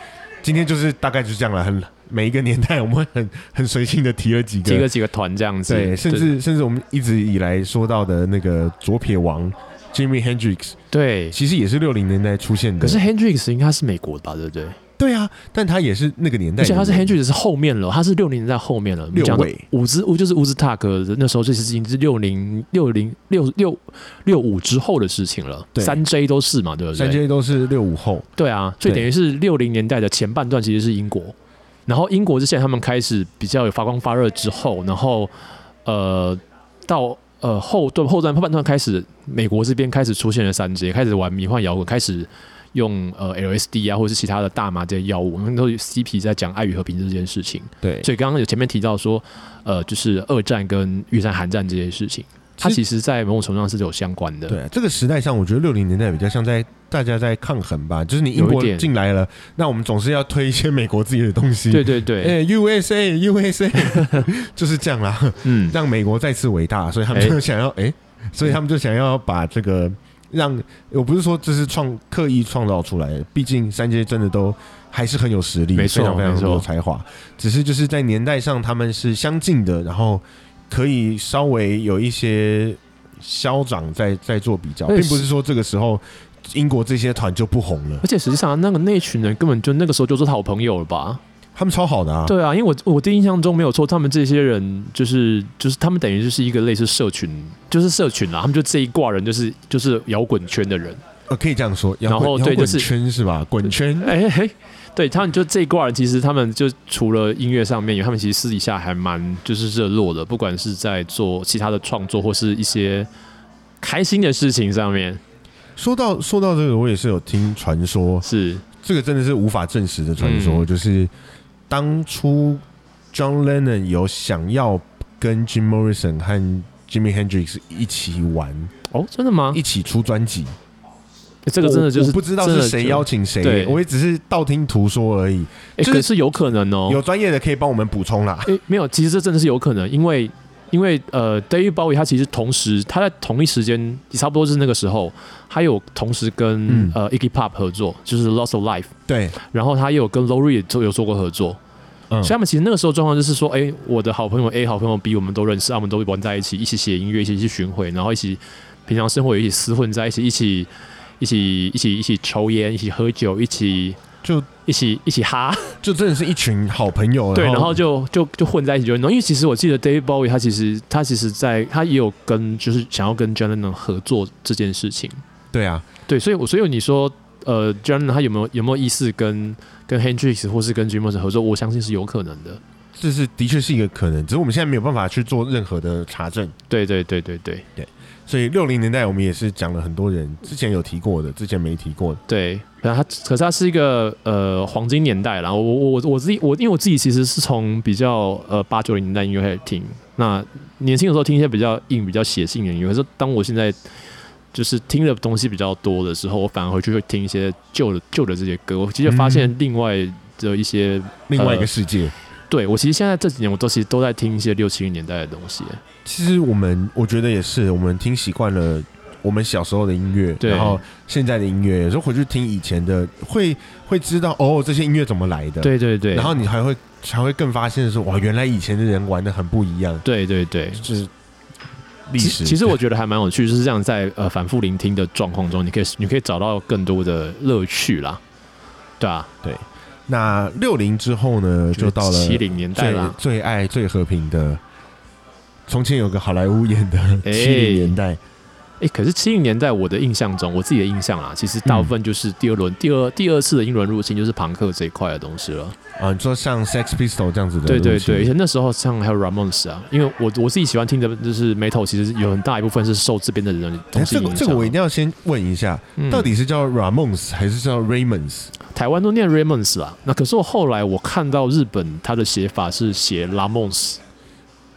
Speaker 1: 今天就是大概就是这样了，很每一个年代，我们很很随性的提了几个，
Speaker 2: 几个几个团这样子，
Speaker 1: 对，甚至甚至我们一直以来说到的那个左撇王 Jimmy Hendrix，
Speaker 2: 对。
Speaker 1: 其实也是六零年代出现的。
Speaker 2: 可是 Hendrix 应该是美国的吧，对不对？
Speaker 1: 对啊，但他也是那个年代的
Speaker 2: 而且
Speaker 1: 人，
Speaker 2: 他是 Hendrix 是后面了，他是六零年代后面了。我们
Speaker 1: 六
Speaker 2: 讲的
Speaker 1: 位
Speaker 2: 五支五就是五支塔克那时候，这是已经是六零六零六六六五之后的事情了。
Speaker 1: 对
Speaker 2: 三 J 都是嘛，对不对？
Speaker 1: 三 J 都是六五后，
Speaker 2: 对啊，所以
Speaker 1: 对
Speaker 2: 等于是六零年代的前半段其实是英国，然后英国是现在他们开始比较有发光发热之后，然后呃到呃后段后段后半段开始，美国这边开始出现了三阶，开始玩迷幻摇滚，开始用呃 LSD 啊或者是其他的大麻这些药物，我们都有 CP 在讲爱与和平这件事情。
Speaker 1: 对，
Speaker 2: 所以刚刚有前面提到说，呃，就是二战跟越战、韩战这些事情，它
Speaker 1: 其实
Speaker 2: 其实在某种程度上是有相关的。
Speaker 1: 对啊，这个时代上，我觉得六零年代比较像在大家在抗衡吧，就是你英
Speaker 2: 有一
Speaker 1: 国
Speaker 2: 点
Speaker 1: 进来了，那我们总是要推一些美国自己的东西。
Speaker 2: 对对对，
Speaker 1: 哎、u s a USA，就是这样啦，
Speaker 2: 嗯，
Speaker 1: 让美国再次伟大，所以他们
Speaker 2: 哎
Speaker 1: 就想要哎、所以他们就想要把这个让，我不是说这是创刻意创造出来的，毕竟三阶真的都还是很有实力，
Speaker 2: 没错
Speaker 1: 非常非常
Speaker 2: 没错
Speaker 1: 有才华，只是就是在年代上他们是相近的，然后可以稍微有一些消长在在做比较，
Speaker 2: 对
Speaker 1: 并不是说这个时候英国这些团就不红了
Speaker 2: 而，且实际上，那个那群人根本就那个时候就是好朋友了吧？
Speaker 1: 他们超好的啊，
Speaker 2: 对啊，因为我我的印象中没有错，他们这些人就是就是他们等于就是一个类似社群，就是社群啦，他们就这一挂人就是就是摇滚圈的人，
Speaker 1: 呃，可以这样说，摇
Speaker 2: 然后
Speaker 1: 滚摇
Speaker 2: 对
Speaker 1: 滚
Speaker 2: 就是
Speaker 1: 圈是吧？滚圈，
Speaker 2: 哎、嘿对他们就这一挂人，其实他们就除了音乐上面，因为他们其实私底下还蛮就是热络的，不管是在做其他的创作或是一些开心的事情上面，
Speaker 1: 说到说到这个，我也是有听传说，
Speaker 2: 是
Speaker 1: 这个真的是无法证实的传说，
Speaker 2: 嗯
Speaker 1: 就是当初 John Lennon 有想要跟 Jim Morrison 和 Jimi Hendrix 一起玩，
Speaker 2: 哦，真的吗？
Speaker 1: 一起出专辑。
Speaker 2: 这个真的就
Speaker 1: 我
Speaker 2: 是
Speaker 1: 我不知道
Speaker 2: 真的
Speaker 1: 是谁
Speaker 2: 就
Speaker 1: 邀请谁，
Speaker 2: 对
Speaker 1: 我也只是道听途说而已。
Speaker 2: 哎、
Speaker 1: 就是
Speaker 2: 可是有可能哦，
Speaker 1: 有专业的可以帮我们补充啦。
Speaker 2: 诶，没有，其实这真的是有可能，因为因为呃，David Bowie 他其实同时他在同一时间，差不多是那个时候，他有同时跟、
Speaker 1: 嗯
Speaker 2: 呃 Iggy Pop 合作，就是《Lost of Life》，
Speaker 1: 对，
Speaker 2: 然后他也有跟 Lori 也做有做过合作，
Speaker 1: 嗯
Speaker 2: 所以他们其实那个时候状况就是说，诶，我的好朋友 A、好朋友 B 我们都认识，啊我们都玩在一起，一起写音乐，一起去巡回，然后一起平常生活也一起厮混在一起，一起一起一起一起抽烟，一起喝酒，一起
Speaker 1: 就
Speaker 2: 一起一起哈。
Speaker 1: 就真的是一群好朋友。
Speaker 2: 对，然后就就就混在一起就会弄。因为其实我记得 David Bowie 他其实他其实在他也有跟就是想要跟 John Lennon 合作这件事情。
Speaker 1: 对啊，
Speaker 2: 对，所以我所以你说呃 John Lennon 他有没有有没有意思跟跟 Hendrix 或是跟 Jim Morrison 合作？我相信是有可能的。
Speaker 1: 这是的确是一个可能，只是我们现在没有办法去做任何的查证。
Speaker 2: 对对对对对
Speaker 1: 所以六零年代我们也是讲了很多人之前有提过的，之前没提过的。
Speaker 2: 对，然后他可是他是一个呃黄金年代啦。我我我我自己我因为我自己其实是从比较呃八九零年代音乐开始听，那年轻的时候听一些比较硬、比较血性的音乐，可是当我现在就是听的东西比较多的时候，我反而回去会听一些旧的旧的这些歌，我其实发现另外的一些，
Speaker 1: 另外一个
Speaker 2: 呃
Speaker 1: 世界，
Speaker 2: 对我其实现在这几年我都其实都在听一些六七零年代的东西。
Speaker 1: 其实我们我觉得也是，我们听习惯了我们小时候的音乐，
Speaker 2: 对
Speaker 1: 然后现在的音乐，有时候回去听以前的，会会知道哦，这些音乐怎么来的。，
Speaker 2: 对对对，
Speaker 1: 然后你还会才会更发现说，哇，原来以前的人玩的很不一样，
Speaker 2: 对对对，
Speaker 1: 就是历
Speaker 2: 其
Speaker 1: 史。
Speaker 2: 其实我觉得还蛮有趣，就是这样在呃反复聆听的状况中，你可以你可以找到更多的乐趣啦，对啊，
Speaker 1: 那六零之后呢，就到了
Speaker 2: 七零年代
Speaker 1: 最
Speaker 2: 啦，
Speaker 1: 最爱最和平的。从前有个好莱坞演的
Speaker 2: 哎
Speaker 1: 七零年代，
Speaker 2: 诶，可是七零年代我的印象中，我自己的印象啦，其实大部分就是第二轮、第二第二次的英伦入侵就是朋克这一块的东西了，
Speaker 1: 啊，你说像 Sex Pistol 这样子的
Speaker 2: 对
Speaker 1: 东西，
Speaker 2: 对对，而且那时候像还有 Ramones 啊，因为我我自己喜欢听的就是 metal，其实有很大一部分是受这边的人
Speaker 1: 哎
Speaker 2: 东西
Speaker 1: 这
Speaker 2: 影
Speaker 1: 个
Speaker 2: 响。
Speaker 1: 这个我一定要先问一下，
Speaker 2: 嗯
Speaker 1: 到底是叫 Ramones 还是叫 Raymonds？
Speaker 2: 台湾都念 Ramones 啦，那可是我后来我看到日本它的写法是写 Ramones。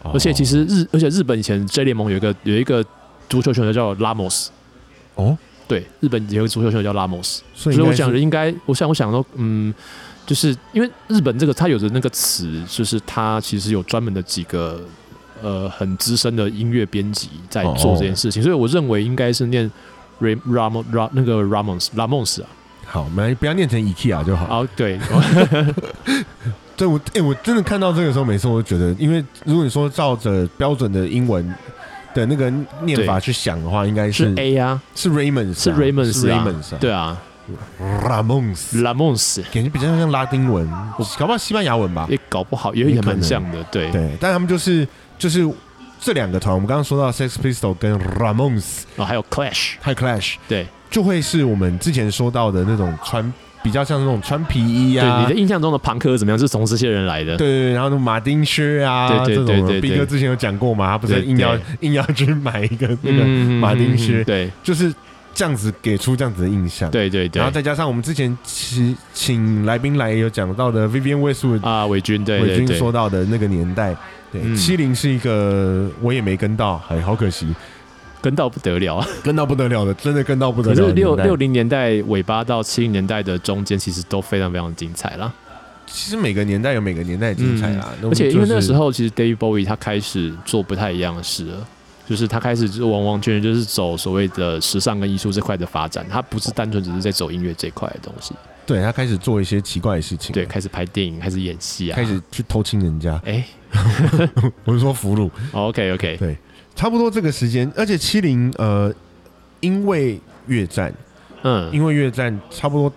Speaker 2: 而
Speaker 1: 哦
Speaker 2: 且其实日，而且日本以前 J 联盟有一个有一个足球选手叫拉莫斯，
Speaker 1: 哦，
Speaker 2: 对，日本有一个足球选手叫拉莫斯，
Speaker 1: 所以
Speaker 2: 所以
Speaker 1: 应
Speaker 2: 我
Speaker 1: 该
Speaker 2: 想
Speaker 1: 是
Speaker 2: 着应该，我想我想说，嗯，就是因为日本这个它有的那个词，就是它其实有专门的几个呃很资深的音乐编辑在做这件事
Speaker 1: 哦
Speaker 2: 情，所以我认为应该是念 Ram Ram Ra 那个 Ramos Ramos 啊，哦
Speaker 1: 好，我们不要念成 IKEA 就好。
Speaker 2: 哦对，
Speaker 1: 对我，哎、我真的看到这个时候，每次我都觉得，因为如果你说照着标准的英文的那个念法去想的话，应该是
Speaker 2: 是 A 啊，
Speaker 1: 是 Raymond
Speaker 2: 是 Raymonds
Speaker 1: 是
Speaker 2: 啊
Speaker 1: Raymond
Speaker 2: 对啊
Speaker 1: Ramon's，
Speaker 2: ，Lamons
Speaker 1: 感觉比较像拉丁文，搞不好西班牙文吧？
Speaker 2: 也搞不好，也也蛮像的，对
Speaker 1: 对，但他们就是就是这两个团，我们刚刚说到 Sex Pistol 跟 Ramon's
Speaker 2: 然后哦还有 Clash，
Speaker 1: 还有 Clash，
Speaker 2: 对，
Speaker 1: 就会是我们之前说到的那种穿比较像那种穿皮衣
Speaker 2: 对，
Speaker 1: 啊
Speaker 2: 你的，印象中的朋克是怎么样？是从这些人来的，
Speaker 1: 对对，然后那种马丁靴啊，
Speaker 2: 对对
Speaker 1: 这
Speaker 2: 对
Speaker 1: 种的。
Speaker 2: 对对
Speaker 1: 毕哥之前有讲过嘛，他不是
Speaker 2: 对
Speaker 1: 硬要
Speaker 2: 对
Speaker 1: 硬要去买一个那个，
Speaker 2: 嗯，
Speaker 1: 马丁靴
Speaker 2: 嗯嗯嗯对
Speaker 1: 就是这样子给出这样子的印象。，
Speaker 2: 对对对，
Speaker 1: 然后再加上我们之前请请来宾来有讲到的 Vivian Westwood
Speaker 2: 啊，伟军，对
Speaker 1: 伟
Speaker 2: 对
Speaker 1: 军
Speaker 2: 对，
Speaker 1: 说到的那个年代，对，
Speaker 2: 嗯
Speaker 1: 七零是一个我也没跟到，哎，好可惜，
Speaker 2: 跟到不得了。啊
Speaker 1: 跟到不得了的，真的跟到不得
Speaker 2: 可
Speaker 1: 了的
Speaker 2: 是
Speaker 1: 年代。
Speaker 2: 六六零年代尾巴到七零年代的中间，其实都非常非常精彩啦。
Speaker 1: 其实每个年代有每个年代的精彩啊啦，那我
Speaker 2: 嗯而
Speaker 1: 们
Speaker 2: 且因为那
Speaker 1: 就
Speaker 2: 个
Speaker 1: 是
Speaker 2: 时候，其实 David Bowie 他开始做不太一样的事了，就是他开始就是完完全全就是走所谓的时尚跟艺术这块的发展，他不是单纯只是在走音乐这块的东西，
Speaker 1: 对他开始做一些奇怪的事情，
Speaker 2: 对，，开始拍电影，开始演戏啊，
Speaker 1: 开始去偷亲人家，
Speaker 2: 哎、
Speaker 1: 我是说俘虏，
Speaker 2: o k OK，
Speaker 1: 对差不多这个时间，而且七零呃，因为越战，
Speaker 2: 嗯，
Speaker 1: 因为越战差不多。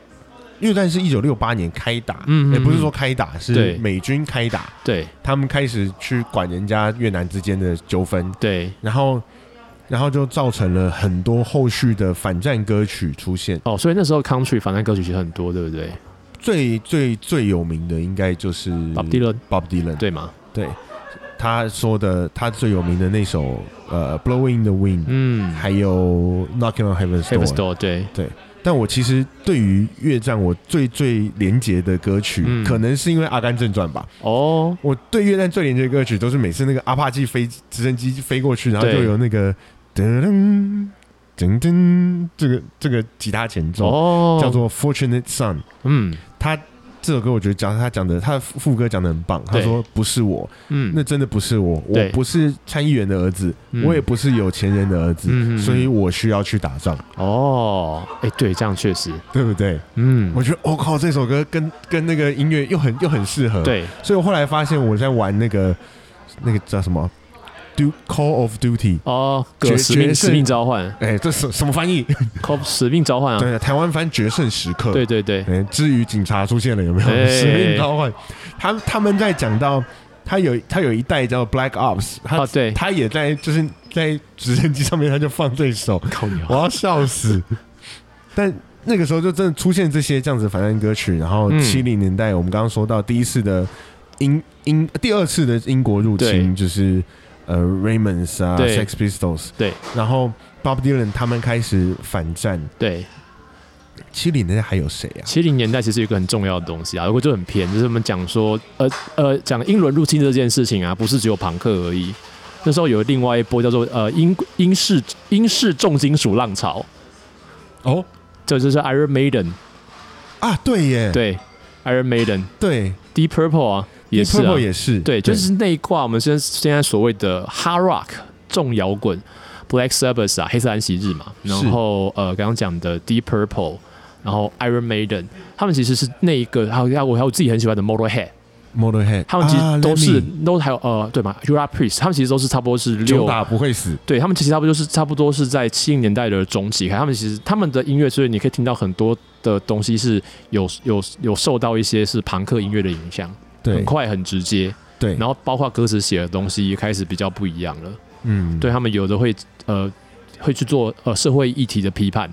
Speaker 1: 越战是一九六八年开打，
Speaker 2: 嗯嗯
Speaker 1: 也不是
Speaker 2: 嗯
Speaker 1: 说开打，是
Speaker 2: 对
Speaker 1: 美军开打，
Speaker 2: 对
Speaker 1: 他们开始去管人家越南之间的纠纷，
Speaker 2: 对，
Speaker 1: 然后，然后就造成了很多后续的反战歌曲出现。
Speaker 2: 哦，所以那时候 Country 反战歌曲其实很多，对不对
Speaker 1: 最最最有名的应该就是
Speaker 2: ？Bob Dylan，
Speaker 1: Bob Dylan，
Speaker 2: 对吗？
Speaker 1: 对他说的他最有名的那首呃《Blowing in the Wind》，
Speaker 2: 嗯
Speaker 1: 还有哎《Knocking on Heaven's
Speaker 2: h a v
Speaker 1: Door
Speaker 2: e n s》。Door，对，
Speaker 1: 但我其实对于越战，我最最连结的歌曲，
Speaker 2: 嗯
Speaker 1: 可能是因为《阿甘正传》吧。
Speaker 2: 哦，
Speaker 1: 我对越战最连接的歌曲，都是每次那个阿帕奇飞直升机飞过去，然后
Speaker 2: 对
Speaker 1: 就有那个噔噔噔噔，这个这个吉他前奏、
Speaker 2: 哦，
Speaker 1: 叫做《Fortunate Son》。
Speaker 2: 嗯
Speaker 1: 他这首歌我觉得讲他讲的他的副歌讲的很棒，他
Speaker 2: 对
Speaker 1: 说不是我，
Speaker 2: 嗯，
Speaker 1: 那真的不是我，我
Speaker 2: 对
Speaker 1: 不是参议员的儿子，
Speaker 2: 嗯
Speaker 1: 我也不是有钱人的儿子，
Speaker 2: 嗯嗯嗯
Speaker 1: 所以我需要去打仗，
Speaker 2: 哦，哎、对，这样确实，
Speaker 1: 对不对？
Speaker 2: 嗯
Speaker 1: 我，觉得我、靠，这首歌跟跟那个音乐又很又很适合，。
Speaker 2: 对，
Speaker 1: 所以我后来发现我在玩那个那个叫什么《Do Call of Duty》。
Speaker 2: 哦，
Speaker 1: 决
Speaker 2: 葛使命
Speaker 1: 决
Speaker 2: 使
Speaker 1: 胜
Speaker 2: 命召唤
Speaker 1: 哎，这什什么翻译？
Speaker 2: ，Cop 使命召唤啊，
Speaker 1: 对，台湾翻《决胜时刻》。
Speaker 2: 对对对，
Speaker 1: 哎，至于警察出现了有没有？
Speaker 2: 哎
Speaker 1: 使命召唤，他他们在讲到他有他有一代叫 Black Ops，他、
Speaker 2: 啊对，
Speaker 1: 他也在就是在直升机上面他就放这首，
Speaker 2: 靠你
Speaker 1: 我要笑死。 但那个时候就真的出现这些这样子反战歌曲，然后
Speaker 2: 嗯
Speaker 1: 七零年代我们刚刚说到第一次的英英第二次的英国入侵
Speaker 2: 对
Speaker 1: 就是呃 Raymonds 啊
Speaker 2: 对
Speaker 1: ，Sex Pistols，
Speaker 2: 对，
Speaker 1: 然后 Bob Dylan 他们开始反战。
Speaker 2: 对，
Speaker 1: 七零年代还有谁啊？
Speaker 2: 七零年代其实有一个很重要的东西啊，如果就很偏，就是我们讲说，呃呃，讲英伦入侵这件事情啊，不是只有朋克而已。那时候有另外一波叫做呃英英式英式重金属浪潮，
Speaker 1: 哦
Speaker 2: 这就是 Iron Maiden，
Speaker 1: 啊，对耶，
Speaker 2: 对，Iron Maiden、
Speaker 1: 对
Speaker 2: Deep Purple 啊，也是、啊
Speaker 1: Purple，也是，
Speaker 2: 对，就是那一挂我们现在现在所谓的 hard rock 重摇滚，Black Sabbath 啊，黑色安息日嘛，然后呃刚刚讲的 Deep Purple，然后 Iron Maiden，他们其实是那一个，还有还有我还有自己很喜欢的 Motorhead，
Speaker 1: Motorhead，
Speaker 2: 他们其
Speaker 1: 啊
Speaker 2: 实都是、
Speaker 1: Lemmy
Speaker 2: 都还有呃对嘛 u r a Priest，他们其实都是差不多是
Speaker 1: 九
Speaker 2: 六。
Speaker 1: 打不会死，
Speaker 2: 对他们其实差不多就是差不多是在七零年代的中期，他们其实他们的音乐，所以你可以听到很多的东西是有有有受到一些是朋克音乐的影响，很
Speaker 1: 对
Speaker 2: 快很直接。
Speaker 1: 对，
Speaker 2: 然后包括歌词写的东西也开始比较不一样了。
Speaker 1: 嗯，
Speaker 2: 对他们有的会呃会去做呃社会议题的批判，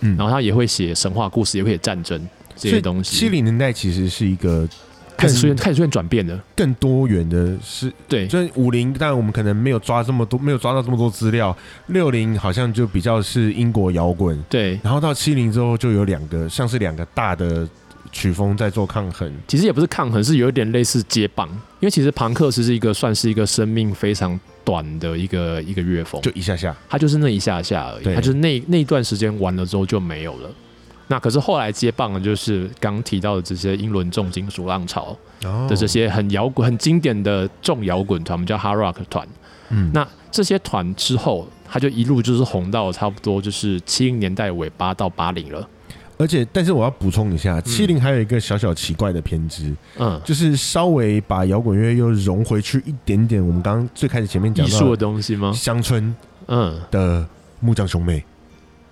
Speaker 1: 嗯
Speaker 2: 然后他也会写神话故事，也会写战争这些东
Speaker 1: 七
Speaker 2: 西，
Speaker 1: 零年代其实是一个
Speaker 2: 开始出现
Speaker 1: 更
Speaker 2: 开始出现转变了。
Speaker 1: 更多元的是，
Speaker 2: 对
Speaker 1: 就是五零，但我们可能没有抓这么多，没有抓到这么多资料。六零好像就比较是英国摇滚，
Speaker 2: 对，
Speaker 1: 然后到七零之后就有两个像是两个大的曲风在做抗衡。
Speaker 2: 其实也不是抗衡，是有一点类似接棒，因为其实朋克其实是一个算是一个生命非常短的一个一个乐风，
Speaker 1: 就一下下，
Speaker 2: 它就是那一下下而已，
Speaker 1: 对
Speaker 2: 它就是那那一段时间完了之后就没有了。那可是后来接棒的就是刚提到的这些英伦重金属浪潮，
Speaker 1: 哦
Speaker 2: 的这，些很摇滚、很经典的重摇滚团，我们叫 hard rock 团。
Speaker 1: 嗯，
Speaker 2: 那这些团之后，他就一路就是红到差不多就是七零年代尾巴到八零了。
Speaker 1: 而且，但是我要补充一下，七零还有一个小小奇怪的偏执，
Speaker 2: 嗯，
Speaker 1: 就是稍微把摇滚乐又融回去一点点。我们刚刚最开始前面讲
Speaker 2: 艺术
Speaker 1: 到
Speaker 2: 的东西吗？
Speaker 1: 乡村
Speaker 2: 嗯，
Speaker 1: 的木匠兄妹，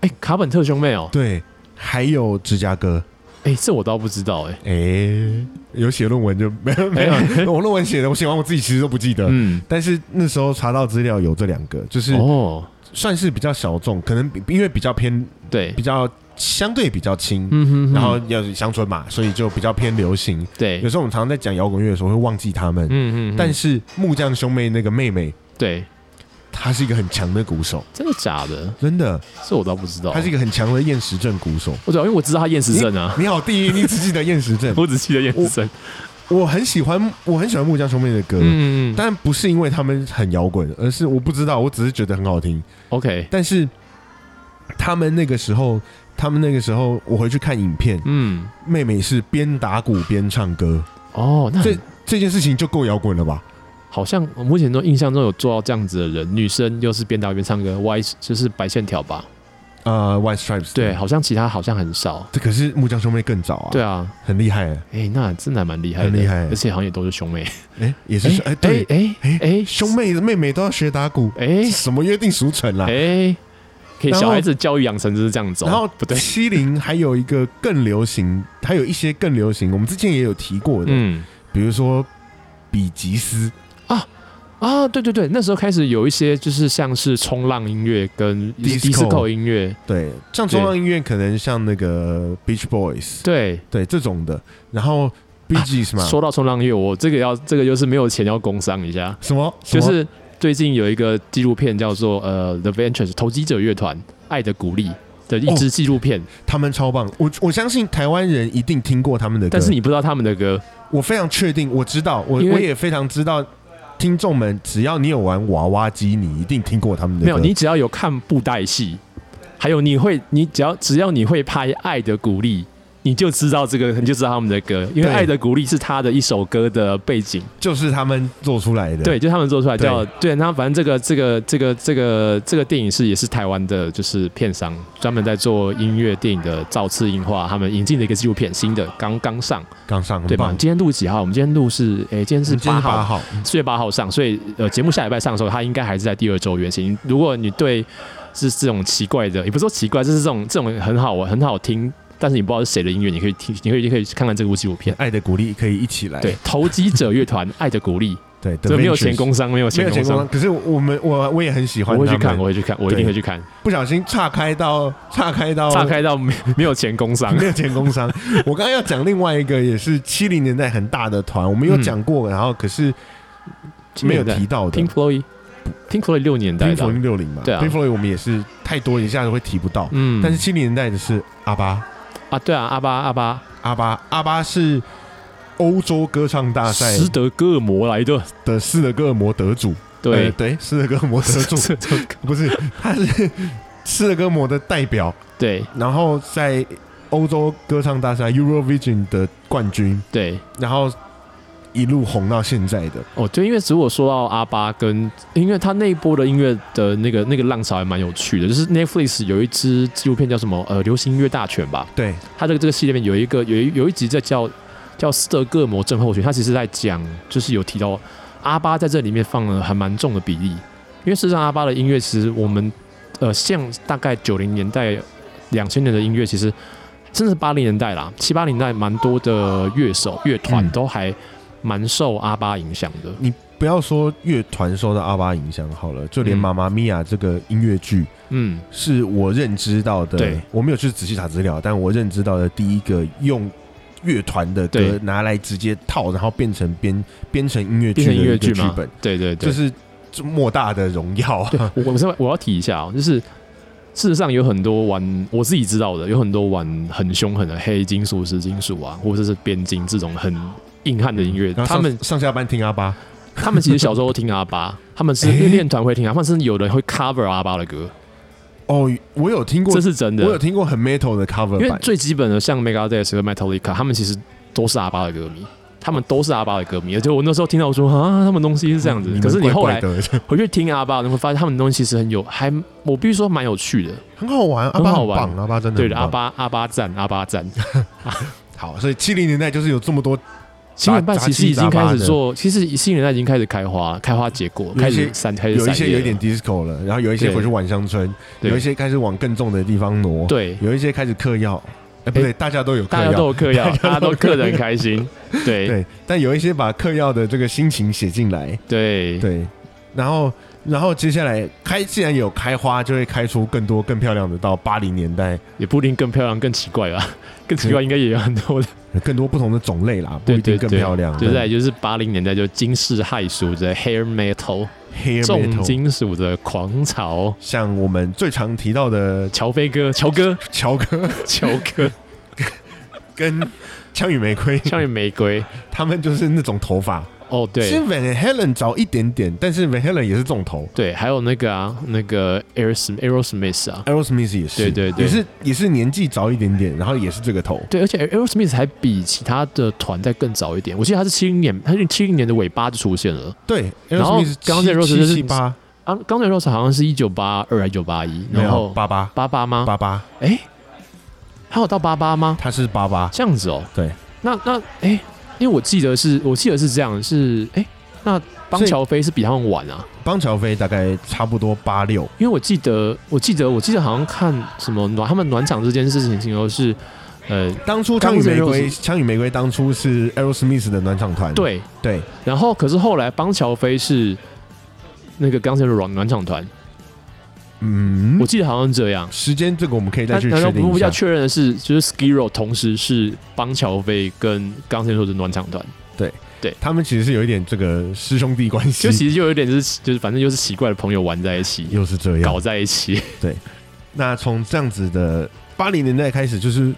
Speaker 2: 哎、卡本特兄妹哦、
Speaker 1: 对，还有芝加哥，
Speaker 2: 哎、这我倒不知道哎、
Speaker 1: 哎、有写论文就没有没
Speaker 2: 哎
Speaker 1: 有，我论文写的，我写完我自己其实都不记得。
Speaker 2: 嗯，
Speaker 1: 但是那时候查到资料有这两个，就是
Speaker 2: 哦，
Speaker 1: 算是比较小众，可能比因为比较偏
Speaker 2: 对
Speaker 1: 比，较相对比较轻，
Speaker 2: 哎嗯哼哼
Speaker 1: 然后要是乡村嘛，所以就比较偏流行。
Speaker 2: 对
Speaker 1: 有，时候我们常常在讲摇滚乐的时候会忘记他们，
Speaker 2: 哎嗯嗯，
Speaker 1: 但
Speaker 2: 但
Speaker 1: 是木匠兄妹那个妹妹，
Speaker 2: 对，
Speaker 1: 她是一个很强的鼓手，
Speaker 2: 真的假的？
Speaker 1: 真的，
Speaker 2: 这我倒不知道。
Speaker 1: 她是一个很强的厌食症鼓手。
Speaker 2: 我主要因为我知道他厌食症啊，
Speaker 1: 你好，第一，你只记得厌食症
Speaker 2: 。我只记得厌食症。
Speaker 1: 我很喜欢，我很喜欢木匠兄妹的歌，
Speaker 2: 嗯嗯嗯
Speaker 1: 但不是因为他们很摇滚，而是我不知道，我只是觉得很好听。
Speaker 2: ，OK，
Speaker 1: 但是他们那个时候，他们那个时候，我回去看影片，
Speaker 2: 嗯，
Speaker 1: 妹妹是边打鼓边唱歌，
Speaker 2: 哦，那
Speaker 1: 这这件事情就够摇滚了吧？
Speaker 2: 好像我目前都印象中有做到这样子的人，女生又是边打边唱歌，Y 就是白线条吧？
Speaker 1: 呃，White Stripes
Speaker 2: 对，，好像其他好像很少。
Speaker 1: 这可是木匠兄妹更早啊，
Speaker 2: 对，啊，
Speaker 1: 很厉害欸，
Speaker 2: 哎、那真的还蛮厉害的，
Speaker 1: 很厉害
Speaker 2: 而且好像也都是兄妹。
Speaker 1: 哎，也是哎，对，
Speaker 2: 哎
Speaker 1: 哎
Speaker 2: 哎
Speaker 1: 兄妹妹妹都要学打鼓，
Speaker 2: 哎
Speaker 1: 什么约定俗成啦？
Speaker 2: 哎，可以
Speaker 1: 然后
Speaker 2: 小孩子教育养成就是这样走，
Speaker 1: 啊
Speaker 2: 哦
Speaker 1: 然后
Speaker 2: 不对，
Speaker 1: 七零还有一个更流行，还有一些更流行，我们之前也有提过的，
Speaker 2: 嗯。
Speaker 1: 比如说比吉斯，
Speaker 2: 啊，对对对，那时候开始有一些就是像是冲浪音乐跟
Speaker 1: Disco
Speaker 2: 迪斯科音乐，
Speaker 1: 对，像中央音乐可能像那个 Beach Boys，
Speaker 2: 对。
Speaker 1: 对这种的，然后 b g s 嘛，
Speaker 2: 啊说到冲浪乐，我这个要这个就是没有钱要工商一下，
Speaker 1: 什么
Speaker 2: 就
Speaker 1: 什么
Speaker 2: 是最近有一个纪录片叫做呃 The Ventures 投机者乐团《爱的鼓励》的一
Speaker 1: 哦
Speaker 2: 支纪录片，
Speaker 1: 他们超棒，我我相信台湾人一定听过他们的歌，
Speaker 2: 但是你不知道他们的歌，
Speaker 1: 我非常确定，我知道，我
Speaker 2: 因为
Speaker 1: 我也非常知道，听众们，只要你有玩娃娃机，你一定听过他们的歌。
Speaker 2: 没有，你只要有看布袋戏，还有你会你只要只要你会拍《爱的鼓励》。你就知道这个，你就知道他们的歌，因为
Speaker 1: 对
Speaker 2: 《爱的鼓励》是他的一首歌的背景。
Speaker 1: 就是他们做出来的。
Speaker 2: 对，就他们做出来叫对，然后反正这个这个这个这个这个电影是也是台湾的，就是片商专门在做音乐电影的造次映画，他们引进的一个纪录片，新的刚刚上，
Speaker 1: 刚上
Speaker 2: 对吧？
Speaker 1: 吧？
Speaker 2: 今天录几号？我们今天录是诶，今天是
Speaker 1: 今天
Speaker 2: 八
Speaker 1: 是八
Speaker 2: 号，
Speaker 1: 号，
Speaker 2: 四月八号上，所以呃，节目下礼拜上的时候，它应该还是在第二周原型。如果你对是这种奇怪的，也不是说奇怪，就是这种这种很好玩、很好听，但是你不知道是谁的音乐，你可以听，你可以你可以看看这部纪录片。
Speaker 1: 爱的鼓励可以一起来。
Speaker 2: 对，投机者乐团《爱的鼓励》，
Speaker 1: 对，
Speaker 2: 这没有钱
Speaker 1: 工，
Speaker 2: 工商，没有
Speaker 1: 没
Speaker 2: 钱
Speaker 1: 有
Speaker 2: 工
Speaker 1: 钱
Speaker 2: 商
Speaker 1: 工。。可是我们我我也很喜欢
Speaker 2: 我
Speaker 1: 他
Speaker 2: 会
Speaker 1: 们，
Speaker 2: 去看，我会去看，我一定
Speaker 1: 对
Speaker 2: 会去看。
Speaker 1: 不小心岔开到岔开到
Speaker 2: 岔开到没没有钱工商
Speaker 1: 没，有钱工 商。我刚刚要讲另外一个，也是七零年代很大的团，我们有
Speaker 2: 嗯
Speaker 1: 讲过，然后可是没有提到的
Speaker 2: Pink。Floyd，Pink Floyd 六年代
Speaker 1: Pink
Speaker 2: 的
Speaker 1: Floyd 六零嘛，
Speaker 2: 对啊
Speaker 1: Pink Floyd 我们也是太多，一下子会提不到。
Speaker 2: 嗯，
Speaker 1: 但是七零年代的是阿巴，
Speaker 2: 啊，对啊，阿巴阿巴
Speaker 1: 阿巴，阿巴是欧洲歌唱大赛
Speaker 2: 斯德哥尔摩来的，
Speaker 1: 的斯德哥尔摩得主。呃
Speaker 2: 对，
Speaker 1: 对，斯德哥尔摩得主
Speaker 2: 斯德哥
Speaker 1: 不是，他是斯德哥尔摩的代表，
Speaker 2: 对
Speaker 1: 然后在欧洲歌唱大赛 Eurovision 的冠军，
Speaker 2: 对，
Speaker 1: 然后一路红到现在的。
Speaker 2: 哦，对，因为如果说到阿巴跟，因为他那一波的音乐的那个那个浪潮还蛮有趣的，就是 Netflix 有一支纪录片叫什么呃，流行音乐大全吧，
Speaker 1: 对，
Speaker 2: 它这个这个系列里面有一个有一有一集在叫叫斯德哥尔摩症候群，它其实在讲就是有提到阿巴在这里面放了还蛮重的比例，因为事实上阿巴的音乐其实我们呃像大概九零年代、两千年的音乐，其实甚至八零年代啦，七八零年代蛮多的乐手乐团
Speaker 1: 嗯
Speaker 2: 都还蛮受阿巴影响的。
Speaker 1: 不要说乐团受到阿巴影响好了，就连
Speaker 2: 嗯
Speaker 1: 《妈妈咪呀》这个音乐剧，
Speaker 2: 嗯，
Speaker 1: 是我认知到的
Speaker 2: 对，
Speaker 1: 我没有去仔细查资料，但我认知到的第一个用乐团的歌
Speaker 2: 对
Speaker 1: 拿来直接套，然后变成编编成音乐剧
Speaker 2: 变
Speaker 1: 的
Speaker 2: 成
Speaker 1: 一
Speaker 2: 音
Speaker 1: 个
Speaker 2: 乐
Speaker 1: 剧
Speaker 2: 剧嘛
Speaker 1: 本，，
Speaker 2: 对对对，
Speaker 1: 就是这莫大的荣耀啊。
Speaker 2: 对，我我是我要提一下哦，就是事实上有很多玩我自己知道的，有很多玩很凶狠的黑金属、石金属啊，或者是边境这种很硬汉的音乐，
Speaker 1: 嗯然后
Speaker 2: 他
Speaker 1: 上
Speaker 2: 们
Speaker 1: 上下班听阿巴，
Speaker 2: 他们其 实小哦时候听阿巴，他们是因为练团会听阿巴，甚至有人会 cover 阿巴的歌，
Speaker 1: 哦，我有听过
Speaker 2: 这，是真
Speaker 1: 我有
Speaker 2: 的。
Speaker 1: 听过很 metal 的
Speaker 2: 因
Speaker 1: cover
Speaker 2: 为
Speaker 1: 版，
Speaker 2: 最基本的像 Megadeth 和 Metallica，他们其实都是阿巴的歌迷，他们都是阿巴的歌迷，而且我那时候听到我说啊，他们东西是这样子，
Speaker 1: 嗯们
Speaker 2: 可是你后来
Speaker 1: 怪怪的
Speaker 2: 回去听阿巴，你会发现他们的东西其实很有，还我必须说蛮有趣的。
Speaker 1: 很好玩，阿
Speaker 2: 很
Speaker 1: 巴
Speaker 2: 好
Speaker 1: 很
Speaker 2: 玩
Speaker 1: 棒，阿巴真的
Speaker 2: 对
Speaker 1: 很
Speaker 2: 的，
Speaker 1: 棒
Speaker 2: 阿巴阿巴赞阿 巴赞，
Speaker 1: 好，所以七零年代就是有这么多
Speaker 2: 七点半
Speaker 1: 杂
Speaker 2: 其实已
Speaker 1: 杂
Speaker 2: 经
Speaker 1: 七杂八
Speaker 2: 开
Speaker 1: 的
Speaker 2: 始做，其实七年代已经开始开花了，开花结果，
Speaker 1: 有
Speaker 2: 开
Speaker 1: 一些
Speaker 2: 始散，开始
Speaker 1: 有一
Speaker 2: 散
Speaker 1: 些
Speaker 2: 叶
Speaker 1: 有
Speaker 2: 了
Speaker 1: 点 disco 了，然后有一些
Speaker 2: 对
Speaker 1: 回去玩乡村，
Speaker 2: 对
Speaker 1: 有一些开始往更重的地方挪，，
Speaker 2: 对，
Speaker 1: 有一些开始嗑药，哎，不对，大家都有嗑
Speaker 2: 大家都
Speaker 1: 药，
Speaker 2: 有嗑 药，大家都嗑得很开心，对
Speaker 1: 对，但有一些把嗑药的这个心情写进来，
Speaker 2: 对
Speaker 1: 对，然后然后接下来开既然有开花，就会开出更多更漂亮的，到八零年代
Speaker 2: 也不一定更漂亮，更奇怪吧，啊 更奇怪应该也有很 多的。
Speaker 1: 有更多不同的种类啦，不
Speaker 2: 对
Speaker 1: 一定
Speaker 2: 对
Speaker 1: 更
Speaker 2: 对
Speaker 1: 漂亮，
Speaker 2: 就在就是八零年代就惊世骇俗的 hair metal
Speaker 1: 黑
Speaker 2: 重
Speaker 1: metal，
Speaker 2: 金属的狂潮，
Speaker 1: 像我们最常提到的
Speaker 2: 乔飞哥、乔哥、
Speaker 1: 乔哥
Speaker 2: 乔哥、
Speaker 1: 跟枪与玫瑰，
Speaker 2: 像与玫瑰，
Speaker 1: 他们就是那种头发。
Speaker 2: 哦
Speaker 1: 其实
Speaker 2: 对
Speaker 1: Van Halen 早一点点，但是 Van Halen 也是重头
Speaker 2: 对，还有那个啊，那个 Aerosmith Aerosmith 啊，
Speaker 1: ，Aerosmith 也是，
Speaker 2: 对对对
Speaker 1: 也是也是年纪早一点点，然后也是这个头，
Speaker 2: 对，而且 Aerosmith 还比其他的团再更早一点，我记得他是七零年，他是七零年的尾巴就出现了。
Speaker 1: 对
Speaker 2: 然后
Speaker 1: ，Aerosmith
Speaker 2: 刚刚这 Aerosmith
Speaker 1: 七
Speaker 2: 是
Speaker 1: 七八，
Speaker 2: 啊，刚才 Rose 好像是一九八二还是一九八一，
Speaker 1: 没
Speaker 2: 然
Speaker 1: 有
Speaker 2: 后
Speaker 1: 八八
Speaker 2: 八八吗？
Speaker 1: 八八，
Speaker 2: 哎、还有到八八吗？
Speaker 1: 他是八八，
Speaker 2: 这样子哦、
Speaker 1: 对，
Speaker 2: 那那哎、因为我记得是我记得是这样，是哎、那邦
Speaker 1: 所以
Speaker 2: 乔飞是比他们晚啊，
Speaker 1: 邦乔飞大概差不多八六，
Speaker 2: 因为我记得我记得我记得好像看什么暖他们暖场这件事情，情由是呃
Speaker 1: 当初
Speaker 2: 刚
Speaker 1: 枪
Speaker 2: 刚
Speaker 1: 与
Speaker 2: 是
Speaker 1: 玫瑰，
Speaker 2: Aerosmith
Speaker 1: 枪与玫瑰当初是 Aerosmith 的暖场团，
Speaker 2: 对，
Speaker 1: 对，
Speaker 2: 然后可是后来邦乔飞是那个刚才的暖暖场团，
Speaker 1: 嗯
Speaker 2: 我，记得好像这样。
Speaker 1: 时间这个我们可以再
Speaker 2: 但
Speaker 1: 去
Speaker 2: 但是
Speaker 1: 确
Speaker 2: 我
Speaker 1: 定
Speaker 2: 比
Speaker 1: 一
Speaker 2: 较
Speaker 1: 下，
Speaker 2: 确认的是，就是 Skiro 同时是邦乔飞跟刚才说的暖场团，
Speaker 1: 他们其实是有一点这个师兄弟关系
Speaker 2: 就，其实就有点就是就是反正就是奇怪的朋友玩在一起，
Speaker 1: 又是这样
Speaker 2: 搞，在一起，
Speaker 1: 那从这样子的八零年代开始，就是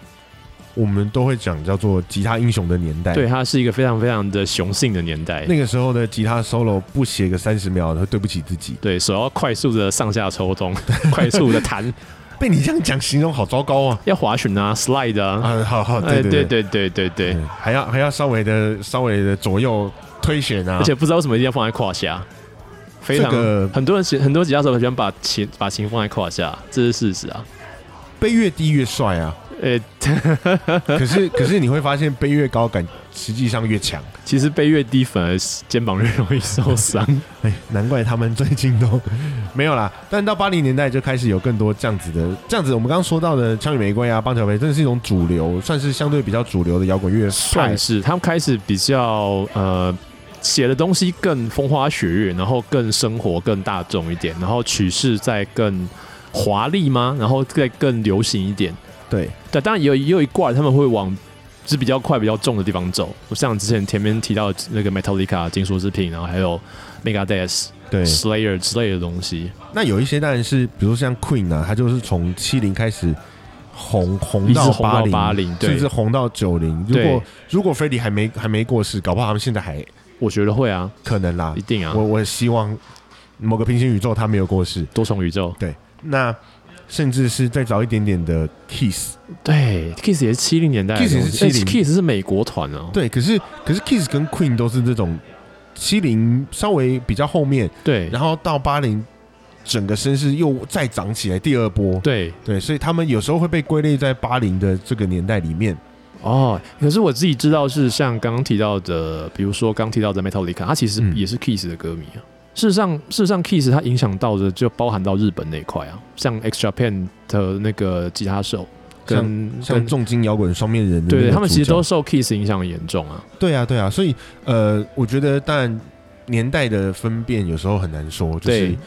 Speaker 1: 我们都会讲叫做吉他英雄的年代。
Speaker 2: 对，，它是一个非常非常的雄性的年代，
Speaker 1: 哎那个时候的吉他 solo 不写个三十秒，会对不起自己。
Speaker 2: 对手要快速的上下抽动，快速的 弹，
Speaker 1: 被你这样讲，形容好糟糕啊！
Speaker 2: 要滑旋啊，slide 啊，
Speaker 1: 啊，好好，
Speaker 2: 哎，
Speaker 1: 对
Speaker 2: 对
Speaker 1: 对
Speaker 2: 对对对对，
Speaker 1: 嗯还要还要稍微的稍微的左右推选啊
Speaker 2: 而，且不知道为什么一定要放在胯下，非
Speaker 1: 这
Speaker 2: 常。
Speaker 1: 个
Speaker 2: 很多人喜很多吉他手喜欢把琴把琴放在胯下，这是事实啊。
Speaker 1: 背越低越帅 啊。
Speaker 2: 呃、
Speaker 1: 可是可是你会发现背越高感实际上越强。
Speaker 2: 其实背越低反而肩膀越容易受伤。
Speaker 1: 哎，难怪他们最近都没有啦。但到八零年代就开始有更多这样子的，这样子我们刚刚说到的枪与玫瑰啊、棒球杯，真的是一种主流，算是相对比较主流的摇滚乐派
Speaker 2: 算。是他们开始比较呃写的东西更风花雪月，然后更生活、更大众一点，然后曲式再更华丽吗？然后再更流行一点。
Speaker 1: 对，
Speaker 2: 对，当然也有也有一挂他们会往就是比较快、比较重的地方走。我像之前前面提到的那个 Metallica 金属制品，然后还有 Megadeth、
Speaker 1: 对，
Speaker 2: Slayer 之类的东西，
Speaker 1: 那有一些当然是，比如像 Queen 啊，它就是从七零开始红红
Speaker 2: 一直
Speaker 1: 到
Speaker 2: 红
Speaker 1: 八
Speaker 2: 到
Speaker 1: 零，
Speaker 2: 八零，
Speaker 1: 甚
Speaker 2: 对
Speaker 1: 至，红到九零。如
Speaker 2: 对
Speaker 1: 果如果 f r e d d y 还没还没过世，搞不好他们现在还
Speaker 2: 我觉得会啊，
Speaker 1: 可能啦
Speaker 2: 一。定啊
Speaker 1: 我，我希望某个平行宇宙他没有过世。
Speaker 2: 多重宇宙。
Speaker 1: 那甚至是再早一点点的 Kiss，
Speaker 2: 对，Kiss 也是七零年代的东
Speaker 1: Kiss
Speaker 2: 西
Speaker 1: 也是70
Speaker 2: 哎，Kiss 是美国团哦。
Speaker 1: 对，可是可是 Kiss 跟 Queen 都是这种七零稍微比较后面，
Speaker 2: 对
Speaker 1: 然后到八零整个声势又再涨起来第二波。
Speaker 2: 对
Speaker 1: 对，所以他们有时候会被归类在八零的这个年代里面。
Speaker 2: 哦，可是我自己知道是像刚刚提到的，比如说刚提到的 Metallica，它其实
Speaker 1: 嗯
Speaker 2: 也是 Kiss 的歌迷啊。事实上，事实上 Kiss 它影响到的就包含到日本那一块啊，像 X Japan 的那个吉他手跟
Speaker 1: 像
Speaker 2: 跟
Speaker 1: 重金摇滚双面人的
Speaker 2: 对
Speaker 1: 那
Speaker 2: 对，
Speaker 1: 个
Speaker 2: 他们
Speaker 1: 主
Speaker 2: 其实
Speaker 1: 角
Speaker 2: 都受 Kiss 影响严重啊。
Speaker 1: 对啊，对啊，所以呃，我觉得当然年代的分辨有时候很难说，就是
Speaker 2: 对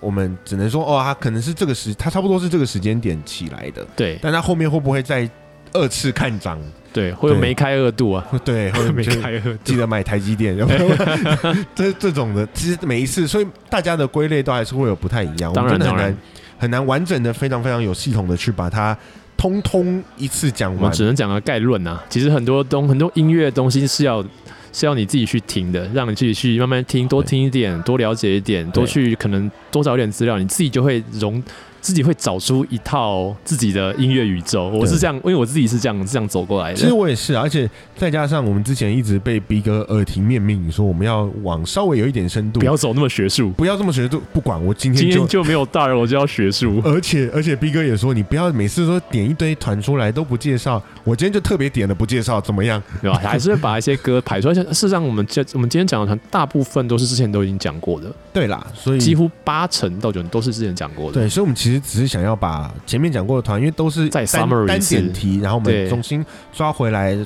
Speaker 1: 我们只能说哦，他可能是这个时，他差不多是这个时间点起来的，
Speaker 2: 对
Speaker 1: 但他后面会不会再二次看 涨？
Speaker 2: 对，会有
Speaker 1: 对
Speaker 2: 梅开二度啊，
Speaker 1: 对， 或者
Speaker 2: 梅
Speaker 1: 就是
Speaker 2: 开二
Speaker 1: 记
Speaker 2: 度。
Speaker 1: 得买台积电，要不 然这这种的，其实每一次，所以大家的归类都还是会有不太一样，我
Speaker 2: 当
Speaker 1: 们真
Speaker 2: 然
Speaker 1: 的很
Speaker 2: 当然
Speaker 1: 难很难完整的、非常非常有系统的去把它通通一次讲
Speaker 2: 我
Speaker 1: 完
Speaker 2: 们。只能讲个概论啊。其实很多东很多音乐东西是要是要你自己去听的，让你自己去慢慢听，多
Speaker 1: 对
Speaker 2: 听一点，多了解一点，多去可能多找一点资料，你自己就会融自己会找出一套自己的音乐宇宙。我是
Speaker 1: 对
Speaker 2: 这样，因为我自己是这样这样走过来的。
Speaker 1: 其实我也是啊，而且再加上我们之前一直被逼哥耳提面命，说我们要往稍微有一点深度，
Speaker 2: 不要走那么学术，
Speaker 1: 不要这么学术，不管我今
Speaker 2: 今
Speaker 1: 天就
Speaker 2: 天就没有大人，我就要 学术。
Speaker 1: 而且而且，B 哥也说，你不要每次都点一堆团出来都不介绍。我今天就特别点了不介绍，怎么样？
Speaker 2: 对吧？还是会把一些歌排出来。像事实上，我们这我们今天讲的团，大部分都是之前都已经讲过的，
Speaker 1: 对啦，所以
Speaker 2: 几乎八成到九成都是之前讲过
Speaker 1: 嗯
Speaker 2: 的。
Speaker 1: 对，所以我们其实只是想要把前面讲过的团，因为都是
Speaker 2: 再
Speaker 1: 单
Speaker 2: summary
Speaker 1: 单
Speaker 2: 一次
Speaker 1: 点题，然后我
Speaker 2: 对
Speaker 1: 们重新抓回来，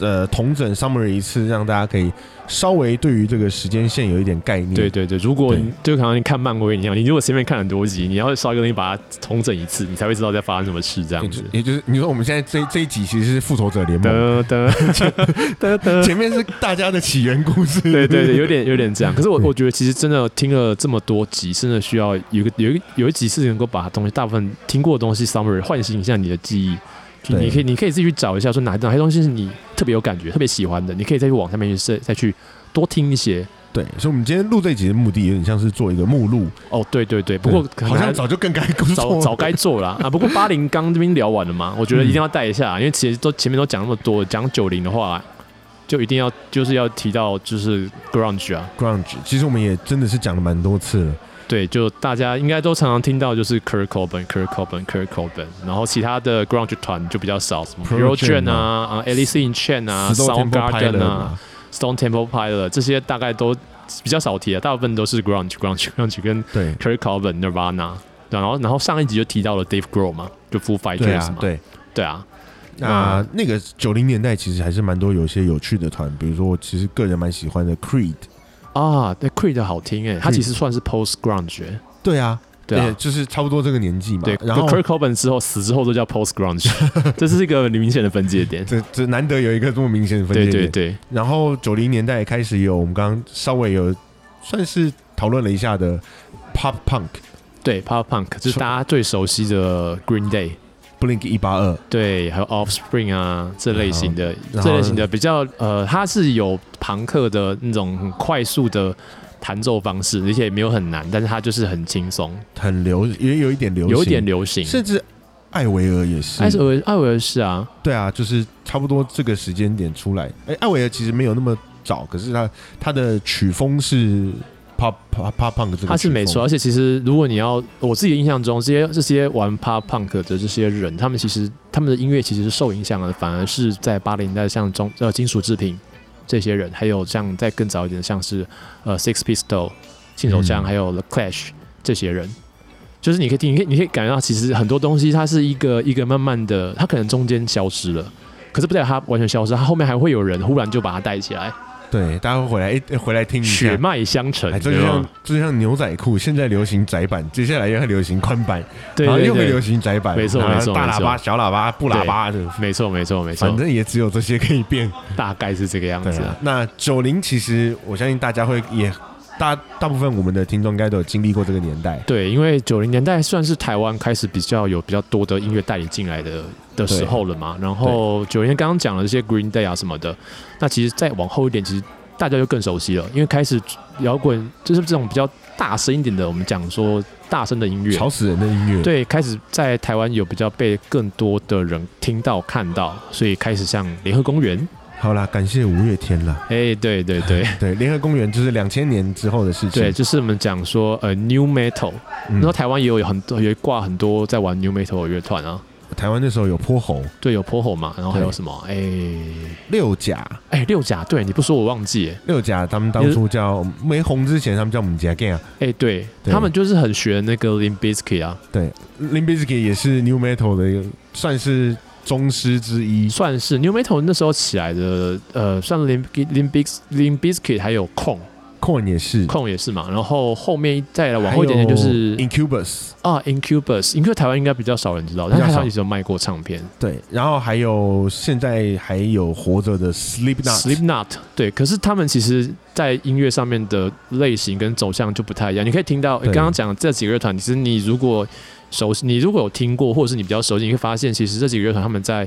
Speaker 1: 呃，同整 summary 一次，让大家可以稍微对于这个时间线有一点概念。
Speaker 2: 对对对，如果
Speaker 1: 嗯对
Speaker 2: 你就可能你看漫威一样，你如果前面看很多集，你要稍微跟你把它重整一次，你才会知道在发生什么事这样
Speaker 1: 也就
Speaker 2: 子。
Speaker 1: 也就是你说我们现在这这一集其实是复仇者联盟，
Speaker 2: 噔 噔噔噔，
Speaker 1: 前面是大家的起源故事。
Speaker 2: 对对对，有点有点这样。可是我我觉得其实真的听了这么多集，真的需要有一个有一有一集是能够把东西大部分听过的东西 summary 唤醒一下你的记忆。就
Speaker 1: 对
Speaker 2: 你可以你可以自己去找一下，说哪哪些东西是你特别有感觉、特别喜欢的，你可以再去往下面去再再去多听一些。
Speaker 1: 对，所以我们今天录这集的目的有点像是做一个目录，
Speaker 2: 哦，对对对，不过
Speaker 1: 对
Speaker 2: 可能
Speaker 1: 好
Speaker 2: 还
Speaker 1: 像早就更该工
Speaker 2: 早
Speaker 1: 作，
Speaker 2: 早该做了啊啊！不过八零刚这边聊完 了嘛，我觉得一定要带一
Speaker 1: 嗯
Speaker 2: 下啊，因为其实都前面都讲那么多，讲九零的话，就一定要就是要提到就是 grunge 啊，
Speaker 1: grunge，其实我们也真的是讲了蛮多次了。
Speaker 2: 对，就大家应该都常常听到就是 Kurt Cobain、Kurt Cobain、Kurt Cobain，然后其他的 grunge 团就比较少，什么
Speaker 1: Pearl
Speaker 2: Pearl Jam
Speaker 1: Jam
Speaker 2: 啊、啊 Alice in Chain 啊、
Speaker 1: 石头 Temple
Speaker 2: Soundgarden
Speaker 1: Pilot
Speaker 2: 啊、
Speaker 1: 嘛
Speaker 2: Stone Temple Pilot 这些大概都比较少提啊，大部分都是 grunge、grunge、grunge 跟
Speaker 1: 对
Speaker 2: Kurt Cobain、Nirvana。然后，然后上一集就提到了 Dave Grohl 嘛，就 Foo Fighters 嘛，
Speaker 1: 对啊，对。
Speaker 2: 对啊，
Speaker 1: 那那个九零年代其实还是蛮多有一些有趣的团，比如说我其实个人蛮喜欢的 Creed。
Speaker 2: 啊，对 Creed 好听哎，他
Speaker 1: Creed
Speaker 2: 其实算是 post grunge，欸
Speaker 1: 对啊，
Speaker 2: 对
Speaker 1: 也
Speaker 2: 啊，
Speaker 1: 就是差不多这个年纪嘛。
Speaker 2: 对，
Speaker 1: 然后
Speaker 2: Kurt Cobain 之后死之后都叫 post grunge，这是一个明显的分界点。
Speaker 1: 这这难得有一个这么明显的分界
Speaker 2: 对
Speaker 1: 点。
Speaker 2: 对对，
Speaker 1: 然后九零年代开始有我们刚刚稍微有算是讨论了一下的 Pop Punk、
Speaker 2: 对 pop punk 就是
Speaker 1: 是
Speaker 2: 大家最熟悉的 Green Day，
Speaker 1: Blink 一八二，
Speaker 2: 对，还有 Offspring 啊这类型的，
Speaker 1: 然后
Speaker 2: 这类型的比较呃，它是有朋克的那种很快速的弹奏方式，而且也没有很难，但是它就是很轻松，
Speaker 1: 很流也有一点流行，
Speaker 2: 有一点流行。
Speaker 1: 甚至艾维尔也是。
Speaker 2: 艾维艾维尔是啊，
Speaker 1: 对啊，就是差不多这个时间点出来。哎、艾维尔其实没有那么早，可是他他的曲风是 pop pop pop punk 这个曲风，
Speaker 2: 他是没错，而且其实如果你要我自己的印象中，这些这些玩 pop punk 的这些人，他们其实他们的音乐其实是受影响的，反而是在八零年代像中呃金属制品这些人，还有像再更早一点像是呃 Six Pistol 信手枪，
Speaker 1: 嗯
Speaker 2: 还有 The Clash 这些人。就是你可以听，你可以你可以感觉到，其实很多东西它是一个一个慢慢的，它可能中间消失了，可是不代表它完全消失，它后面还会有人忽然就把它带起来，
Speaker 1: 对，大家会回来哎、哎回来听一下
Speaker 2: 血。脉相承，
Speaker 1: 哎，这
Speaker 2: 对啊
Speaker 1: 就
Speaker 2: 吧
Speaker 1: 像这就像牛仔裤，现在流行窄版，接下来又会流行宽版，
Speaker 2: 对
Speaker 1: 然后
Speaker 2: 对
Speaker 1: 又会
Speaker 2: 对
Speaker 1: 流行窄版，
Speaker 2: 没错
Speaker 1: 然后
Speaker 2: 没错
Speaker 1: 大喇叭、
Speaker 2: 没
Speaker 1: 小喇叭、布喇叭的，
Speaker 2: 没错，没错，没错，
Speaker 1: 反正也只有这些可以变。
Speaker 2: 大概是这个样
Speaker 1: 对
Speaker 2: 子、
Speaker 1: 啊，那九零其实我相信大家会也大大部分我们的听众应该都有经历过这个年代。
Speaker 2: 对，因为九零年代算是台湾开始比较有比较多的音乐代理进来的的时候了嘛。然后九零刚刚讲了这些 Green Day 啊什么的，那其实再往后一点，其实大家就更熟悉了，因为开始摇滚就是这种比较大声一点的，我们讲说大声的音乐，
Speaker 1: 吵死人的音乐，
Speaker 2: 对，开始在台湾有比较被更多的人听到看到，所以开始像联合公园，
Speaker 1: 好啦，感谢五月天啦。
Speaker 2: 哎，对对对
Speaker 1: 对，联合公园就是两千年之后的事情。
Speaker 2: 对，就是我们讲说呃 New Metal。
Speaker 1: 嗯，
Speaker 2: 那时候台湾也有很多有一挂很多在玩 New Metal 的乐团啊，
Speaker 1: 台湾那时候有泼猴、
Speaker 2: 对，有 POHO 嘛，然后还有
Speaker 1: 对
Speaker 2: 什么？哎
Speaker 1: 六甲，
Speaker 2: 哎、六甲，对你不说我忘记了，
Speaker 1: 六甲他们当初叫没红之前，他们叫我们家 gang 啊。
Speaker 2: 哎、对
Speaker 1: 对
Speaker 2: 他们就是很学那个 Limp Bizkit 啊，
Speaker 1: 林 i 斯 k 也是 new metal 的一个，算是宗师之一。
Speaker 2: 算是 New Metal 那时候起来的，呃，算 Limp Limp Biz- Limp Bizkit 还有 Con
Speaker 1: Corn 也是，
Speaker 2: Con 也是嘛，然后后面再来往后一点点就是
Speaker 1: 还有 Incubus，
Speaker 2: 啊 Incubus，Incubus 台湾应该比较少人知道，但
Speaker 1: 比较
Speaker 2: 是台
Speaker 1: 少
Speaker 2: 湾一直有卖过唱片
Speaker 1: 对，然后还有现在还有活着的 Slipknot。
Speaker 2: Slipknot，对，可是他们其实，在音乐上面的类型跟走向就不太一样。你可以听到
Speaker 1: 对
Speaker 2: 刚刚讲这几个乐团，其实你如果熟悉，你如果有听过，或者是你比较熟悉，你会发现，其实这几个乐团他们在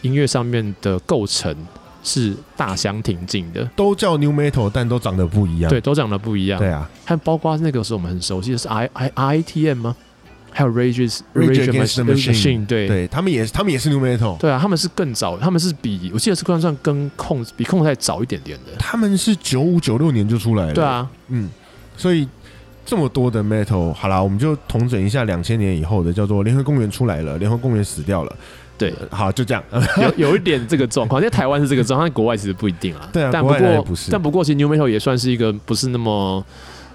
Speaker 2: 音乐上面的构成是大相庭径的，
Speaker 1: 都叫 new metal，但都长得不一样。
Speaker 2: 对，都长得不一样。
Speaker 1: 对啊，
Speaker 2: 还包括那个时候我们很熟悉的是 I I I T M 吗？还有 Rage
Speaker 1: Rage Against the Machine，
Speaker 2: 对
Speaker 1: 对他们也是，他们也是 New Metal，
Speaker 2: 对啊，他们是更早，他们是比我记得是算算跟控比控再早一点点的，
Speaker 1: 他们是九五九六年就出来了。
Speaker 2: 对，啊，
Speaker 1: 嗯，所以这么多的 Metal，好啦，我们就统整一下两千年以后的，叫做联合公园出来了，联合公园死掉了，
Speaker 2: 对，
Speaker 1: 呃好，就这 样。
Speaker 2: 有有一点这个状况，因为台湾是这个状况，但国外其实不一定啦。
Speaker 1: 对啊
Speaker 2: 但
Speaker 1: 国外当
Speaker 2: 过
Speaker 1: 然不是
Speaker 2: 但不过其实 New Metal 也算是一个不是那么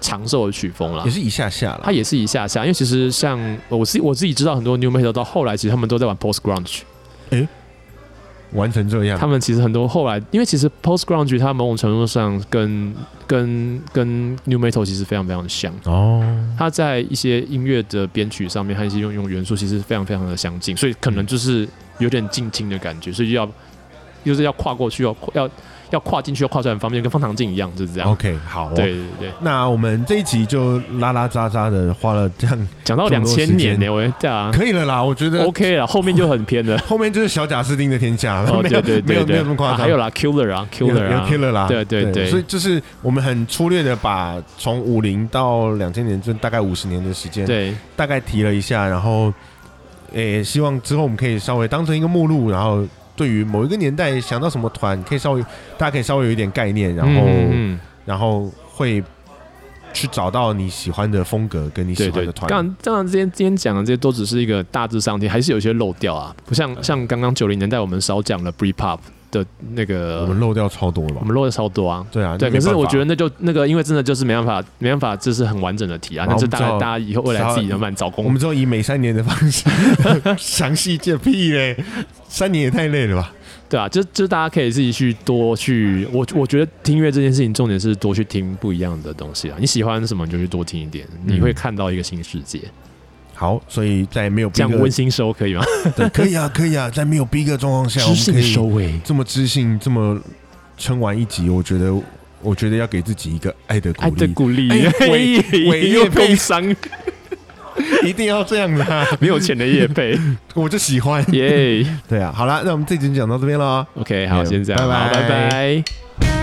Speaker 2: 长寿的曲风啦
Speaker 1: 也。是一下下
Speaker 2: 它
Speaker 1: 了。
Speaker 2: 也是一下下，因为其实像我自己我自己知道很多 New Metal 到后来，其实他们都在玩 Post Grunge，
Speaker 1: 玩成这样
Speaker 2: 他，们其实很多后来，因为其实 Post Grunge 它某种程度上跟跟跟 New Metal 其实非常非常的像，
Speaker 1: 哦，
Speaker 2: 它在一些音乐的编曲上面和一些用用元素其实非常非常的相近，所以可能就是有点近亲的感觉，所以就要就是要跨过去，要要要跨进去，要跨出来很方便，跟方唐镜一样就是这样。
Speaker 1: OK，好、哦，
Speaker 2: 对对对，
Speaker 1: 那我们这一集就拉拉杂杂的花了这样，
Speaker 2: 讲到
Speaker 1: 哦这么
Speaker 2: 两
Speaker 1: 多时
Speaker 2: 千
Speaker 1: 间
Speaker 2: 年呢、我我对啊
Speaker 1: 可以了啦。我觉得
Speaker 2: ，OK 了，后面就很偏了。
Speaker 1: 后面就是小贾斯汀的天下，
Speaker 2: 哦，
Speaker 1: 没
Speaker 2: 对
Speaker 1: 有
Speaker 2: 对对
Speaker 1: 没
Speaker 2: 对，
Speaker 1: 有没有那么夸
Speaker 2: 啊
Speaker 1: 张。
Speaker 2: 还有啦，Killer 啊
Speaker 1: 有有
Speaker 2: ，Killer 啊
Speaker 1: Killer 啦，
Speaker 2: 对对对
Speaker 1: 所以就是我们很粗略的把从五零到两千年，就大概五十年的时间，
Speaker 2: 对
Speaker 1: 大概提了一下，然后，诶、希望之后我们可以稍微当成一个目录，然后对于某一个年代想到什么团，可以稍微大家可以稍微有一点概念，然后、
Speaker 2: 嗯嗯嗯
Speaker 1: 然后会去找到你喜欢的风格跟你喜
Speaker 2: 对
Speaker 1: 欢
Speaker 2: 对
Speaker 1: 的，团。
Speaker 2: 刚当然之前今天讲的这些都只是一个大致上听，还是有些漏掉啊，不像像刚刚九零年代我们少讲了 Bre Pop 的那
Speaker 1: 我
Speaker 2: 个
Speaker 1: 们，漏掉超多了
Speaker 2: 我
Speaker 1: 吧？
Speaker 2: 们漏的超多啊。
Speaker 1: 对啊，
Speaker 2: 对，
Speaker 1: 那没
Speaker 2: 可是
Speaker 1: 办法
Speaker 2: 我觉得那就那个，因为真的就是没办法，没办法，这是很完整的题啊。
Speaker 1: 好
Speaker 2: 那
Speaker 1: 我
Speaker 2: 这
Speaker 1: 们
Speaker 2: 大概
Speaker 1: 知道
Speaker 2: 大家以后未来自己能慢慢找
Speaker 1: 我
Speaker 2: 工
Speaker 1: 们。之后以每三年的方 式详细介屁嘞，三年也太累了吧？
Speaker 2: 对啊，就就大家可以自己去多去，我我觉得听音乐这件事情，重点是多去听不一样的东西啊。你喜欢什么你就去多听一点，你
Speaker 1: 嗯
Speaker 2: 会看到一个新世界。
Speaker 1: 好，所以在没有逼
Speaker 2: 这样
Speaker 1: 格
Speaker 2: 温馨收可以吗？
Speaker 1: 对， 可以啊，可以啊，在没有逼格的状况下，我
Speaker 2: 知
Speaker 1: 们可
Speaker 2: 性
Speaker 1: 以
Speaker 2: 收尾。
Speaker 1: 这么知性，这么撑完一集，我觉得，我觉得要给自己一个爱的鼓
Speaker 2: 爱的
Speaker 1: 励，
Speaker 2: 鼓励，
Speaker 1: 哎呀伟伟
Speaker 2: 又
Speaker 1: 业配
Speaker 2: 悲伤，
Speaker 1: 一定要这样的、啊，
Speaker 2: 没有钱的夜 配，
Speaker 1: 我就喜欢。
Speaker 2: 耶。
Speaker 1: 对啊，好啦，那我们这集就讲到这边了。
Speaker 2: OK，好，
Speaker 1: 嗯
Speaker 2: 先这样，
Speaker 1: 拜
Speaker 2: 好
Speaker 1: 拜
Speaker 2: 拜拜。
Speaker 1: 拜